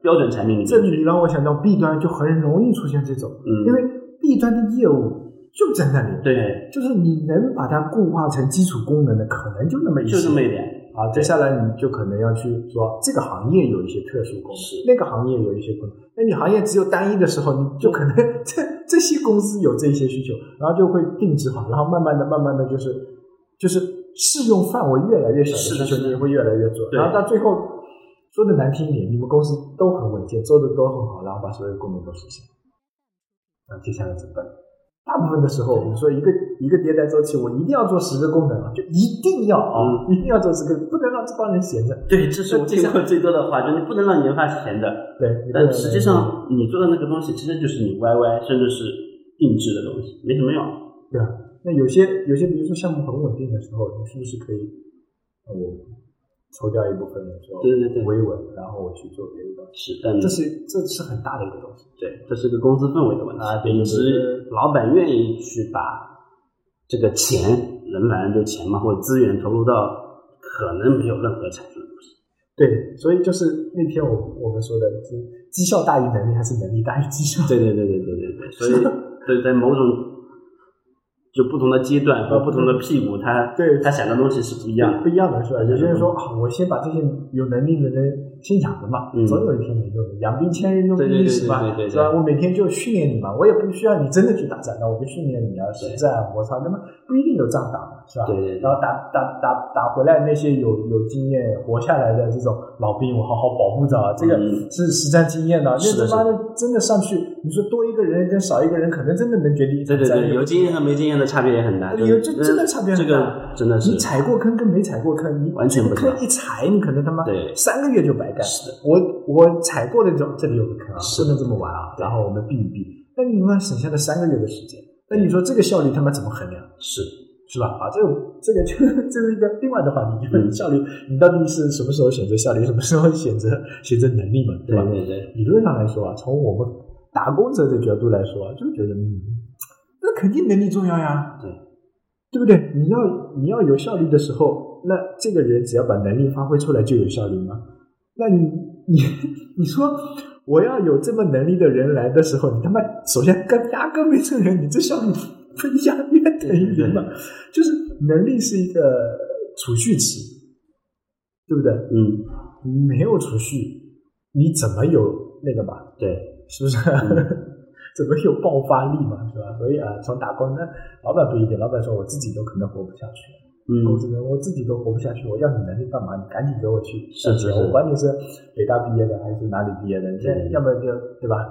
B: 标准产品里面，
A: 这里让我想到 B 端就很容易出现这种，因
B: 嗯，
A: 为 B 端的业务就在那里，
B: 对，
A: 就是你能把它固化成基础功能的，可能就那么一
B: 就
A: 些
B: 这么一点，
A: 啊。接下来你就可能要去说这个行业有一些特殊功
B: 是
A: 能，那个行业有一些功能。那你行业只有单一的时候，你就可能 这这些公司有这些需求，然后就会定制化，然后慢慢的、慢慢的就是就是适用范围越来越小
B: 是
A: 的
B: 的
A: 需
B: 是
A: 求，
B: 的
A: 你会越来越做，
B: 对
A: 然后到最后说的难听一点，你们公司都很稳健，做的都很好，然后把所有功能都实现，那接下来怎么办？大部分的时候，我们说一个一个迭代周期，我一定要做十个功能啊，就一定要啊，
B: 嗯
A: 一定要做十个，不能让这帮人闲着。
B: 对，这是我听过最多的话，就你不能让研发闲着。
A: 对，你不能
B: 但实际上，你做的那个东西，其实就是你 YY，甚至是定制的东西，没什么用。
A: 对啊，那有些有些，比如说项目很稳定的时候，你是不是可以，呃我抽掉一部分人说
B: 对对对，
A: 维稳，然后我去做别的东西，
B: 是，但
A: 这是这是很大的一个东西。
B: 对，这是个公司氛围的问题，
A: 啊对对
B: 以及老板愿意去把这个钱，人反正就钱嘛，或者资源投入到可能没有任何产出的东西。
A: 对，所以就是那天我我们说的，就是绩效大于能力，还是能力大于绩效？
B: 对对对对对对对，所以所以在某种就不同的阶段和不同的屁股，他
A: 对
B: 他想的东西是不一样的。嗯
A: 不一样的是吧？
B: 对
A: 有些人
B: 对
A: 说啊，我先把这些有能力的人先养着嘛，
B: 嗯
A: 总有一天没用的，养兵千日，用
B: 对
A: 兵
B: 对对
A: 一时嘛
B: 对对对，对
A: 是吧？我每天就训练你嘛，我也不需要你真的去打仗，那我就训练你啊，实战摩擦，那么不一定有仗打嘛，是吧？
B: 对对对
A: 然后打打打打回来那些有有经验活下来的这种老兵，我好好保护着啊，这个
B: 嗯
A: 是实战经验的。啊
B: 是
A: 那
B: 的
A: 他妈的真的上去，你说多一个人跟少一个人，可能真的能决定一
B: 对
A: 场
B: 对
A: 战役。
B: 对，有经验和没经验的差别也很大。
A: 有
B: 就是
A: 这真的差别很大
B: 呃这个真的是
A: 你踩过坑跟没踩过坑，你
B: 完全不一样
A: 坑一踩，你可能他妈
B: 对
A: 三个月就白干。
B: 是的，
A: 我我踩过那种，这里有个坑啊，
B: 是
A: 不
B: 的
A: 能这么玩啊，
B: 对
A: 然后我们避一避。那你们省下了三个月的时间，那你说这个效率他妈怎么衡量？
B: 是
A: 是吧？啊，这个这个就 这是一个另外的话题，就是
B: 嗯
A: 效率，你到底是什么时候选择效率，什么时候选择选择能力嘛，对
B: 对
A: 吧？
B: 对对，
A: 理论上来说啊，从我们打工者的角度来说啊，就觉得嗯，那肯定能力重要呀，
B: 对，
A: 对不对？你要你要有效率的时候，那这个人只要把能力发挥出来就有效率吗？那你你你说我要有这么能力的人来的时候，你他妈首先跟压根没这人，你这效率不压约等于零嘛？就是能力是一个储蓄池，对不对？
B: 嗯，
A: 你没有储蓄，你怎么有那个嘛？
B: 对，
A: 是不是？
B: 嗯
A: 怎么有爆发力嘛，是吧？所以啊，从打工那老板不一定，老板说我自己都可能活不下去，公
B: 嗯，
A: 司人我自己都活不下去，我要你能力干嘛？你赶紧给我去
B: 是是
A: 上学
B: 是嗯
A: 我管你是北大毕业的还是哪里毕业的，你现在
B: 对
A: 要么就对吧？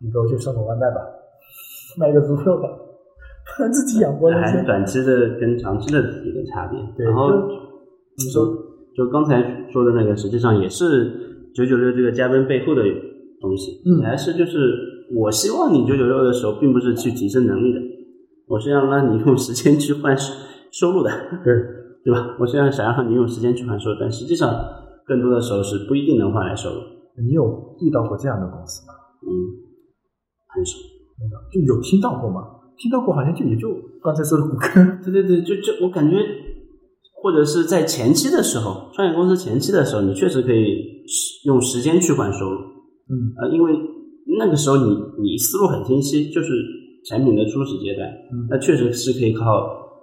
A: 你给我去送个外卖吧，卖个猪肉吧， 自己养活那
B: 这还
A: 些
B: 是。短期的跟长期的一个差别。
A: 对
B: 然后嗯
A: 就你说
B: 就刚才说的那个，实际上也是九九六这个加分背后的东西，
A: 嗯
B: 还是就是我希望你九九六的时候，并不是去提升能力的，我是要让你用时间去换收收入的，
A: 对，
B: 对吧？我虽然想让你用时间去换收入，但实际上更多的时候是不一定能换来收入。
A: 你有遇到过这样的公司吗？
B: 嗯，很少。
A: 就有听到过吗？听到过，好像就也就刚才说的谷歌。
B: 对对对，就就我感觉，或者是在前期的时候，创业公司前期的时候，你确实可以时用时间去换收入，
A: 嗯
B: 呃，因为那个时候你你思路很清晰，就是产品的初始阶段，
A: 嗯
B: 那确实是可以靠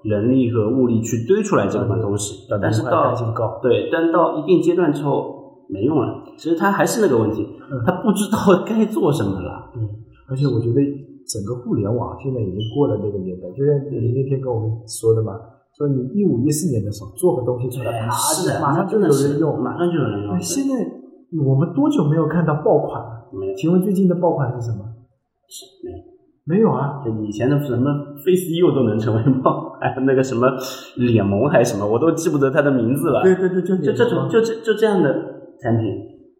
B: 人力和物力去堆出来这款东西，
A: 嗯
B: 但是到
A: 性高，
B: 对，但到一定阶段之后没用了。其实他还是那个问题，
A: 嗯
B: 他不知道该做什么了。
A: 嗯，而且我觉得整个互联网现在已经过了那个年代，就像
B: 嗯
A: 你那天跟我们说的嘛，说你一五一四年的时候做个东西出来，啪
B: 啊是的，
A: 马上就
B: 真
A: 有
B: 的是
A: 人用。
B: 马上就有人用
A: 哎。现在我们多久没有看到爆款了？
B: 没有，
A: 请问最近的爆款是什么？
B: 没有。
A: 没有啊，
B: 就以前的什么 Face You 都能成为爆，还有那个什么脸萌还是什么，我都记不得它的名字了。
A: 对对对，就
B: 就这种就这就这样的产品，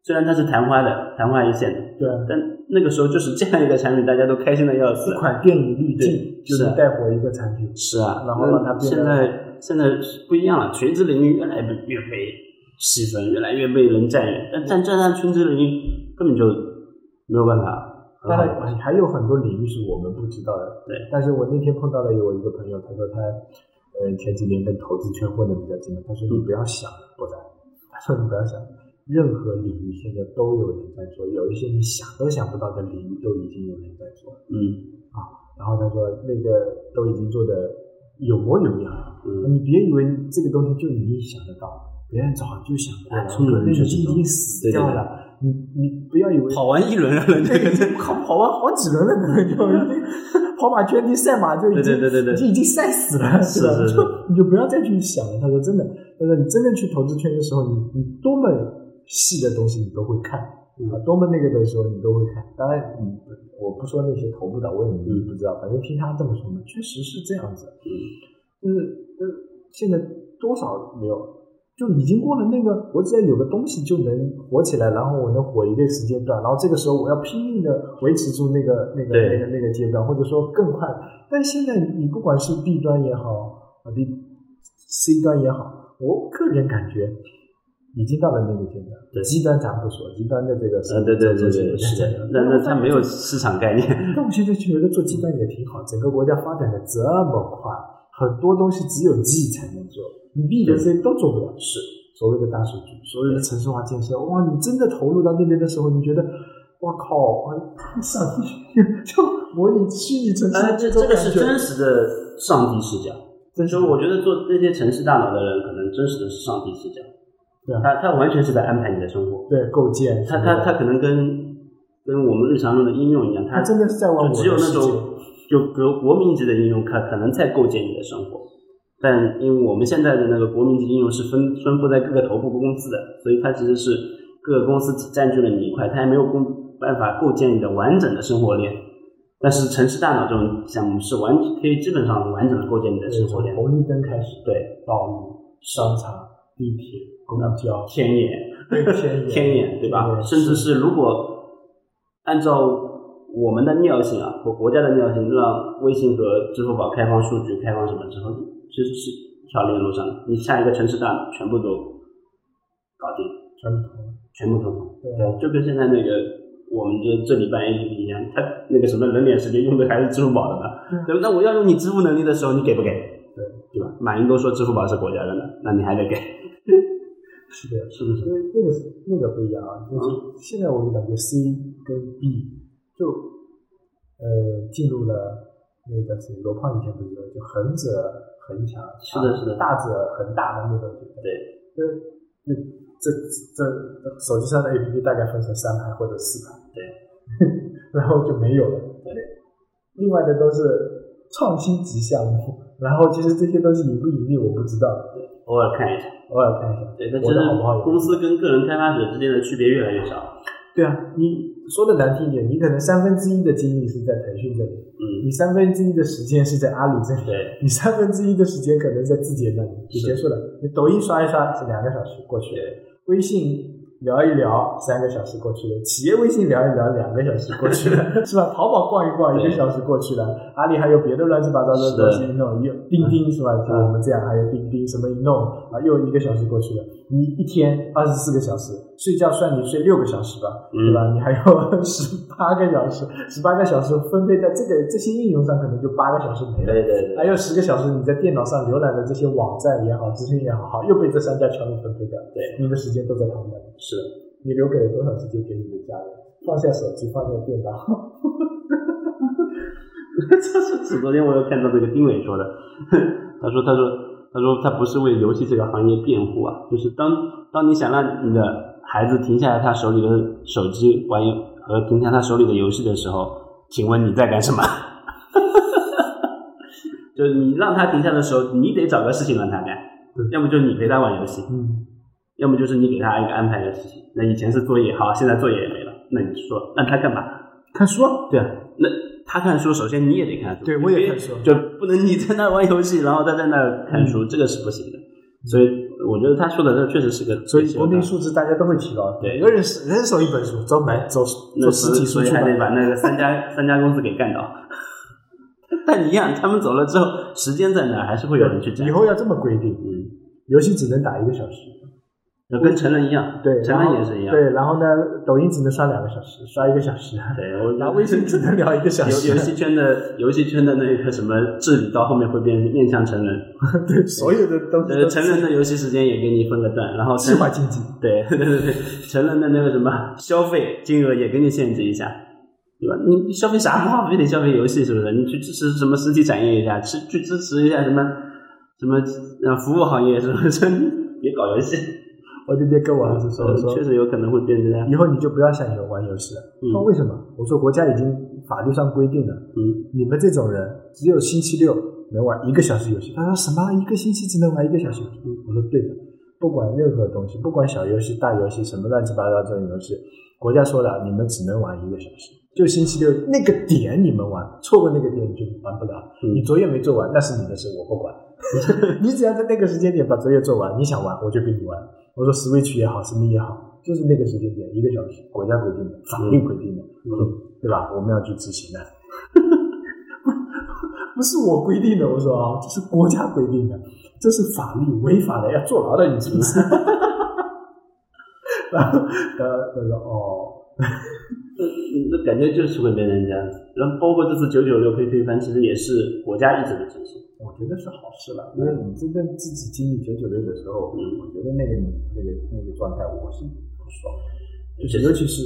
B: 虽然它是昙花的昙花一现的，
A: 对，啊
B: 但那个时候就是这样一个产品，大家都开心的要死
A: 一。款电影滤镜
B: 对
A: 就是能
B: 啊
A: 带火一个产品，
B: 是啊，
A: 然后让它
B: 那
A: 变
B: 现
A: 得
B: 在现在是不一样了，垂直领域越来越越被细分，越来越被人占有，但但占占垂直领域根本就没有办法。很
A: 当
B: 好
A: 然还有很多领域是我们不知道的。
B: 嗯对，
A: 但是我那天碰到了有一个朋友，他说他呃前几年跟投资圈混的比较近嘛，他说
B: 嗯
A: 你不要想博然， 他说你不要想，任何领域现在都有人在做，有一些你想都想不到的领域都已经有人在做了。
B: 嗯
A: 然后他说那个都已经做的有模有样，
B: 嗯，
A: 你别以为这个东西就你想得到。别人早就想过了，
B: 啊聪明人
A: 那已
B: 就是这
A: 经
B: 种
A: 死
B: 对对
A: 掉
B: 对
A: 了。你你不要以为
B: 跑完一轮了，那
A: 这个
B: 个
A: 这跑跑完好几轮了，可能就已经跑马圈地赛马就已经
B: 对对对对对
A: 就已经晒死了，
B: 是
A: 吧？
B: 是是
A: 就你就不要再去想了。他说真的，他说你真正去投资圈的时候，你你多么细的东西你都会看啊，多么那个的时候你都会看。当然，你我不说那些投不到，我也不知道，反正听他这么说嘛，确实是这样子。就是呃，现在多少没有，就已经过了那个，我只要有个东西就能火起来，然后我能火一个时间段，然后这个时候我要拼命的维持住那个那个
B: 对
A: 那个那个阶段，或者说更快。但现在你不管是 B 端也好，啊 B C 端也好，我个人感觉。已经到了那个阶段，
B: 对
A: 极端咱不说，极端的这个是
B: 呃，对对对对，
A: 是
B: 是的，那那它没有市场概念，
A: 但我现在觉得做鸡蛋也挺好，整个国家发展的这么快，很多东西只有 G 才能做，你 B 跟 C 都做不了。是所谓的大数据，所谓的城市化建设，哇，你真的投入到那边的时候，你觉得，我靠，我上帝， 就模拟虚拟城市
B: 当
A: 的
B: 啊然这
A: 种
B: 这个
A: 感
B: 是
A: 觉
B: 真实的上帝视角。
A: 真
B: 就是我觉得做这些城市大佬的人，可能真实的是上帝视角，
A: 对啊
B: 他他完全是在安排你的生活，
A: 对构建，
B: 他他他可能跟跟我们日常用的应用一样，他
A: 他真的是在玩我
B: 就
A: 的世
B: 只
A: 界，
B: 有那种就国国民级的应用，可可能在构建你的生活。但因为我们现在的那个国民级应用是分分布在各个头部公司的，所以它其实是各个公司只占据了你一块，它还没有公办法构建你的完整的生活链。但是城市大脑这种项目是完可以基本上完整的构建你的
A: 对
B: 生
A: 从
B: 活链，
A: 红绿灯开始，
B: 对，
A: 道路、商场、地铁、公交、
B: 天眼，
A: 天眼
B: 天眼，对吧？甚至是如果按照我们的尿性啊，和国家的尿性，让微信和支付宝开放数据、开放什么之后，其实是一条链路上的。你下一个城市大全部都搞定，
A: 全部通
B: 全部通通。
A: 对啊
B: 对，就跟现在那个我们这这礼拜 APP 一样，它那个什么人脸识别用的还是支付宝的
A: 对啊
B: 呢？对吧？那我要用你支付能力的时候，你给不给？
A: 对
B: 对吧？马云都说支付宝是国家的呢，那你还得给，
A: 是的。
B: 是不是？
A: 因为那个是那个不一样啊，就是现在我就感觉 C 跟 B 就呃进入了那个谁罗胖以前不是说就横者恒强，
B: 是的是的
A: 大者恒大的那种觉得，就
B: 对，
A: 是就这这这手机上的 APP 大概分成三排或者四排，
B: 对，
A: 然后就没有了，
B: 对，
A: 另外的都是创新级项目，然后其实这些东西盈不盈利我不知道，
B: 偶尔看一下。
A: 偶尔看一下，
B: 对，但
A: 活
B: 真
A: 得好不好有
B: 的公司跟个人开发者之间的区别越来越少。
A: 对啊，你说的难听一点，你可能三分之一的精力是在腾讯这里，
B: 嗯，
A: 你三分之一的时间是在阿里这里，
B: 对
A: 你三分之一的时间可能在字节那里就是结束了。你抖音刷一刷是两个小时过去了，
B: 对
A: 微信聊一聊三个小时过去了，企业微信聊一聊两个小时过去了， 是吧？淘宝逛一逛一个
B: 对
A: 小时过去了，阿里还有别的乱七八糟的
B: 是
A: 东
B: 的嗯
A: 西一弄，又钉钉是吧？像我们这样还有钉钉什么一弄啊，又一个小时过去了，你一天二十四个小时，睡觉算你睡六个小时吧，对
B: 嗯
A: 吧？你还有十八个小时，十八个小时分配在这个这些应用上，可能就八个小时没了。
B: 对对
A: 还
B: 对，
A: 有十个小时，你在电脑上浏览的这些网站也好，资讯也好，又被这三家全部分配掉。
B: 对，
A: 你的时间都在他们那里，
B: 是的，
A: 你留给了多少时间给你的家人？放下手机，放下电脑，
B: 这是昨天我又看到那个丁伟说的， 他说他说他说他不是为游戏这个行业辩护啊，就是当当你想让你的孩子停下来他手里的手机玩游和停下他手里的游戏的时候，请问你在干什么？ 就是你让他停下的时候，你得找个事情让他干
A: 对，
B: 要么就你陪他玩游戏，
A: 嗯，
B: 要么就是你给他一个安排的事情。那以前是作业，好，现在作业也没了，那你说让他干嘛？
A: 看书啊，
B: 对啊，那他看书，首先你也得看书，啊
A: 对
B: 你
A: 我也
B: 别
A: 看书
B: 就不能你在那玩游戏，然后他在那看书，
A: 嗯
B: 这个是不行的。所以我觉得他说的这确实是个，
A: 所以国内素质大家都会提高，
B: 对
A: 每个人手人手一本书，找买找
B: 那
A: 做
B: 所
A: 实
B: 以
A: 体书
B: 所以
A: 出
B: 还得
A: 版，
B: 把那个三家三家公司给干倒。 但一样，他们走了之后，时间在那儿，还是会有人去占
A: 以。后要这么规定，
B: 嗯，
A: 游戏只能打一个小时，
B: 就跟成人一样，
A: 对，
B: 成
A: 然后
B: 人也是一样。
A: 对，然后呢，抖音只能刷两个小时，刷一个小时，啊
B: 对，我
A: 然后微 信只能聊一个小
B: 游
A: 时
B: 游，戏圈的游戏圈的那个什么治理，到后面会变面向 成人。
A: 对，所有的东西
B: 呃，
A: 都
B: 成人的游戏时间也给你分个段，然后
A: 计
B: 成
A: 划经济，
B: 对 对对对，成人的那个什么消费金额也给你限制一下，对吧？你你消费啥？浪费得消费游戏是不是？你去支持什么实体产业一下，去去支持一下什么什么呃服务行业是不是？ 别搞游戏，呃
A: 我那天跟我儿子说，我说
B: 嗯确实有可能会变成这样。
A: 以后你就不要想有玩游戏了。他说
B: 嗯
A: 为什么？我说国家已经法律上规定了，
B: 嗯，
A: 你们这种人只有星期六能玩一个小时游戏。他说什么？一个星期只能玩一个小时游戏？我说对的，不管任何东西，不管小游戏、大游戏，什么乱七八糟这种游戏，国家说了，你们只能玩一个小时，就星期六那个点你们玩，错过那个点你就玩不了。
B: 嗯
A: 你作业没做完，那是你的事，我不管。 你只要在那个时间点把作业做完，你想玩我就给你玩。我说 Switch 也好，什么也好，就是那个时间点，一个小时，国家规定的，法律规定的，嗯对吧？我们要去执行的。 不是我规定的，我说啊，这是国家规定的，这是法律违法的，要坐牢的，你知不知道？ 然后呃，他说哦，
B: 那那感觉就是会变成这样子。然后包括这次九九六被推翻，其实也是国家一直的支持。
A: 我觉得是好事了，因为你真正自己经历九九六的时候，
B: 嗯
A: 我觉得那个那个那个状态我是不爽的，就是尤其是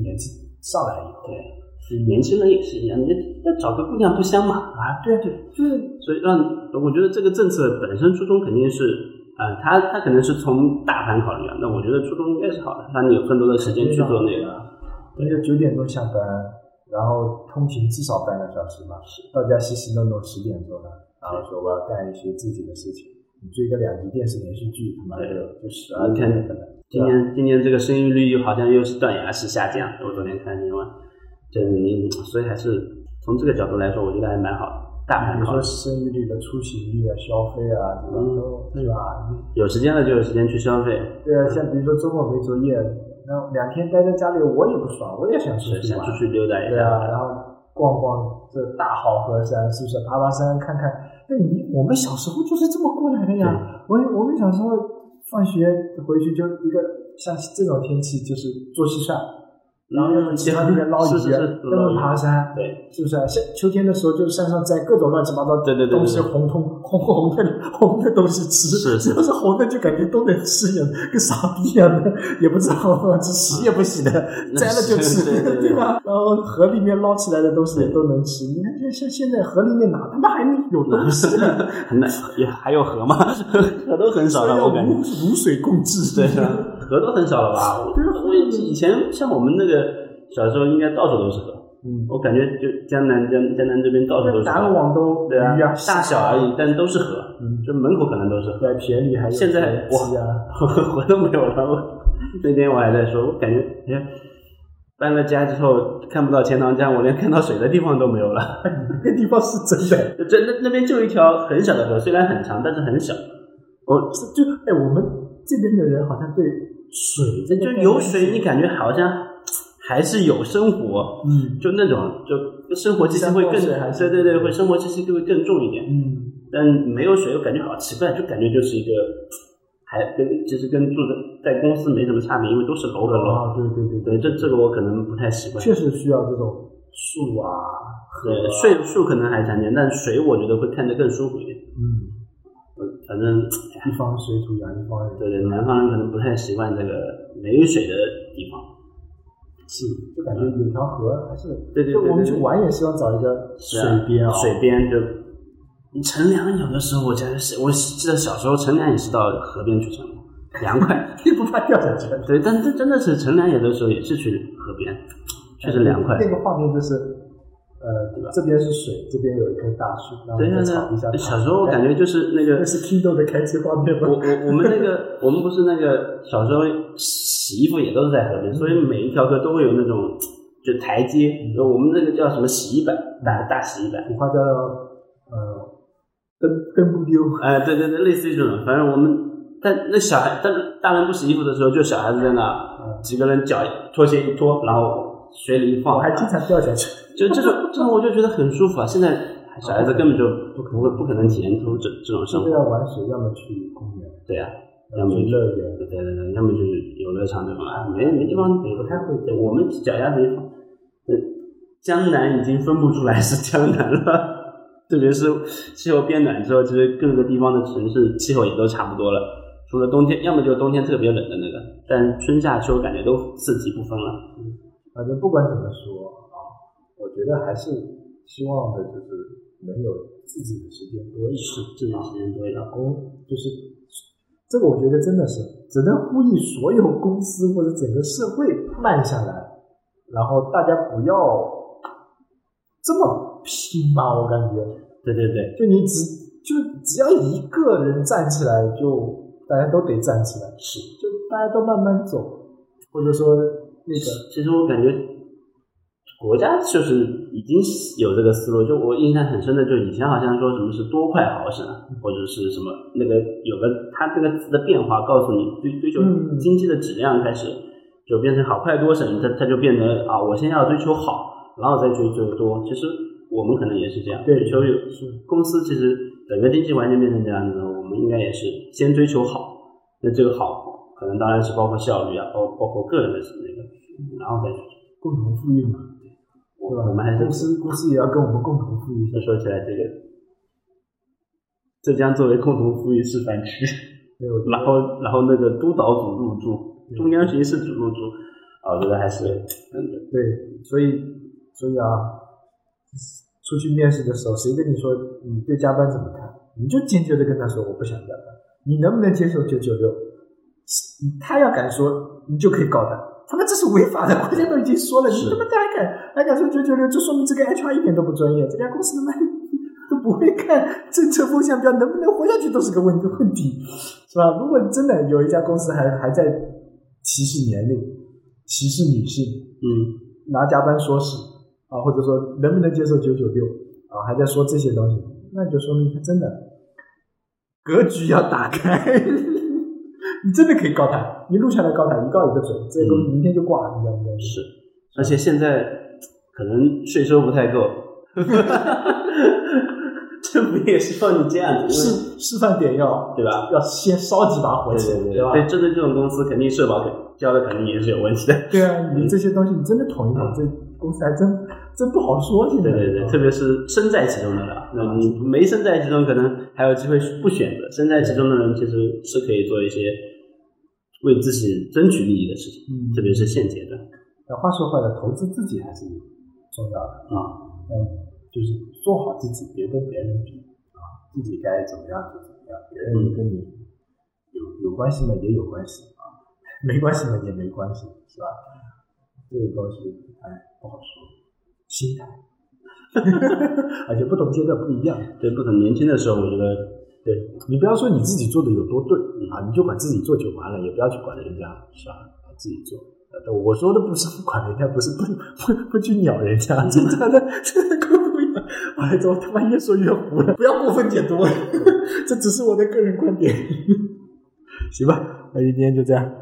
A: 年纪上来以后，
B: 对，年轻人也是一样，你要找个姑娘不香吗？
A: 啊，对啊对，就是
B: 所以让我觉得这个政策本身初衷肯定是，呃，他他可能是从大盘考虑啊，那我觉得初衷应该是好的，让你有更多的时间去做那个，
A: 那就九点钟下班，然后通勤至少半个小时嘛，到家洗洗弄弄十点钟了，然后说我要干一些自己的事情。你追个两集电视连续剧，他妈的就十二点了可能。
B: 今年今年这个生育率又好像又是断崖式下降，我昨天看新闻，就是你所以还是从这个角度来说，我觉得还蛮好的，嗯大
A: 比
B: 盘
A: 如
B: 考虑
A: 说，生育率的出行率啊、消费啊，这种都是吧？
B: 有时间了就有时间去消费，
A: 对啊，像比如说周末没作业，那两天待在家里我也不爽，我也想出
B: 是
A: 去
B: 想
A: 玩
B: 出。去溜达一
A: 对啊，
B: 下，
A: 然后逛逛这大好河山，是不是？爬爬山，看看。那你我们小时候就是这么过来的呀。我我们小时候放学回去就一个像这种天气就是做蟋蟀，然后要么去
B: 喜
A: 山里面捞
B: 嗯是
A: 鱼，
B: 是是，
A: 要么爬山，
B: 对，
A: 是不是？像秋天的时候，就是山上摘各种乱七八糟
B: 对对对
A: 东西，
B: 对对
A: 红 红红红的红的东西吃，
B: 是是
A: 只要是红的就感觉都能吃一样，跟傻逼一样的，也不知道这洗也不洗 的，摘了就吃，
B: 对 对对
A: 吧？然后河里面捞起来的东西也都能吃，你看像像现在河里面哪他妈还能有东西呢？
B: 那也还有河吗？ 河都很少
A: 所以
B: 了，
A: 要
B: 我感觉
A: 无。无水共治，
B: 对啊， 河都很少了吧？我我以前像我们那个小时候，应该到处都是河。
A: 嗯，
B: 我感觉就江南江江南这边到处都是
A: 南
B: 河，
A: 网都
B: 对啊
A: 鱼啊，，
B: 大小而已，但都是河，
A: 嗯，
B: 就门口可能都是河，
A: 在田里还有
B: 现在
A: 田鸡啊，
B: 河都没有了。我那天我还在说，我感觉哎，搬了家之后看不到钱塘江，我连看到水的地方都没有了。
A: 那地方是真的。
B: 这那那边就一条很小的河，虽然很长，但是很小。我
A: 是就哎，我们这边的人好像对水这个
B: 就
A: 概念
B: 有水，你感觉好像还是有生活，
A: 嗯
B: 就那种就生活气息会更
A: 像矿泉水
B: 对对对，会生活气息会更重一点。
A: 嗯，
B: 但没有水，又感觉好奇怪，就感觉就是一个还跟其实跟住在在公司没什么差别，因为都是楼和楼。
A: 啊，对对对对，
B: 对，这这个我可能不太习惯。
A: 确实需要这种树啊、河
B: 对，
A: 啊，
B: 睡树可能还常见，但水我觉得会看着更舒服一点。呃
A: 嗯，
B: 反正
A: 一方水土养一方人，
B: 对对，南方人可能不太习惯这个没水的地方。
A: 是就感觉有条河还是
B: 对对对
A: 就我们
B: 对
A: 去
B: 对
A: 玩也希望找一个
B: 是
A: 水
B: 啊
A: 边啊，
B: 水边就你乘凉有的时候，我真的是，我记得小时候乘凉也是到河边去乘的，凉 快。
A: 并不怕掉下去。
B: 对，但是真的是乘凉有的时候也是去河边，确实凉快。
A: 那个画面就是，呃，这边是水，这边有一棵大树，然后
B: 对
A: 在
B: 对
A: 草地下躺。
B: 对，小时候我感觉就是 那
A: 那
B: 个，
A: 是 Kindle 的开启画面吗
B: 我？我我们那个，我们不是那个小时候洗衣服也都是在河边，所以每一条河都会有那种就台阶，我们那个叫什么洗衣板，大大洗衣板。
A: 古话叫呃，蹬蹬不丢。
B: 哎，对对对，类似于这种，反正我们，但那小孩，但大人不洗衣服的时候，就小孩子在那
A: 嗯
B: 几个人脚拖鞋一脱，然后水里一放，
A: 我还经常掉下去。
B: 就这种这种，我就觉得很舒服啊。现在小孩子根本就
A: 不可能
B: 不会不可能体验出这这种生
A: 要
B: 活，
A: 要玩水，要么去公园，
B: 对呀、
A: 要么去乐园。
B: 对对对，要么就是游乐场这种啊，没没地方
A: 不太会
B: 对我们脚丫子一放，对，江南已经分不出来是江南了。特别是气候变暖之后，其实各个地方的城市气候也都差不多了，除了冬天，要么就冬天特别冷的那个，但春夏秋感觉都四季不分了。
A: 反正不管怎么说啊，我觉得还是希望的就是能有自己的时间多一
B: 是
A: 点。，啊
B: 这段时间多一点。
A: 公就是这个，我觉得真的是只能呼吁所有公司或者整个社会慢下来，然后大家不要这么拼吧，我感觉。
B: 对对对，
A: 就你只就只要一个人站起来，就大家都得站起来，
B: 是。
A: 就大家都慢慢走，或者说那个
B: 其实我感觉国家就是已经有这个思路，就我印象很深的，就以前好像说什么是多快毫升
A: 嗯
B: 啊，或者是什么那个有个它这个字的变化，告诉你追追求
A: 嗯
B: 经济的质量开始就变成好快多省，它它就变得啊，我先要追求好，然后再追求多。其实我们可能也是这样，
A: 对
B: 追求有
A: 是
B: 公司其实整个经济环境变成这样子，我们应该也是先追求好。那这个好，可能当然是包括效率啊，包包括个人的那个，然后再去。
A: 共同富裕嘛，
B: 我
A: 对吧？
B: 我们还是
A: 公司公司也要跟我们共同富裕一下
B: 那。说起来这个，浙江作为共同富裕示范区，
A: 没有
B: 然后然后那个督导组入驻，
A: 嗯
B: 中央巡视组入驻，啊，我觉得还是嗯
A: 对，所以所以啊，出去面试的时候，谁跟你说你对加班怎么看，你就坚决的跟他说我不想加班。你能不能接受九九六？他要敢说，你就可以告他。他妈这是违法的， 国家都已经说了，你
B: 是
A: 他妈他还敢还敢说九九六，就说明这个 HR 一点都不专业，这家公司他妈 都不会看政策风向标，能不能活下去都是个问问题，是吧？如果真的有一家公司还还在歧视年龄、歧视女性，
B: 嗯，
A: 拿加班说事啊，或者说能不能接受九九六啊，还在说这些东西，那就说明他真的格局要打开。 你真的可以告他，你录下来告他，一告一个准，这个东西明天就挂，你知道不知道？
B: 是，而且现在可能税收不太够， 政府也希望你这样子，
A: 示示范点要
B: 因为对吧？
A: 要先烧几把火
B: 对
A: 起来，
B: 对对，
A: 吧？
B: 对，针对这种公司，肯定社保肯交的肯定也是有问题的。
A: 对啊，你这些东西你真的捅一捅，这公司还真真不好说。现在
B: 嗯对对对，特别是身在其中的人，那你没身在其中，可能还有机会不选择；身在其中的人，其实是可以做一些为自己争取利益的事情，
A: 嗯，
B: 特别是现阶段
A: 那话说回来，投资自己还是重要的。
B: 啊，
A: 嗯，就是做好自己，别跟别人比啊，自己该怎么样就怎么样，别人跟你有有关系呢也有关系啊，没关系呢也没关系，是吧？这个东西哎不好说，心态， 而且不同阶段不一样。
B: 对，不可能年轻的时候，我觉得
A: 对你不要说你自己做的有多对啊，你就管自己做就完了，也不要去管人家，是吧？啊自己做。呃我说的不是不管人家，不是不不不去鸟人家， 真的真的真的够不了。哎，我他妈越说越糊了，不 要过分解 读，这只是我的个人观点，行吧？那今天就这样。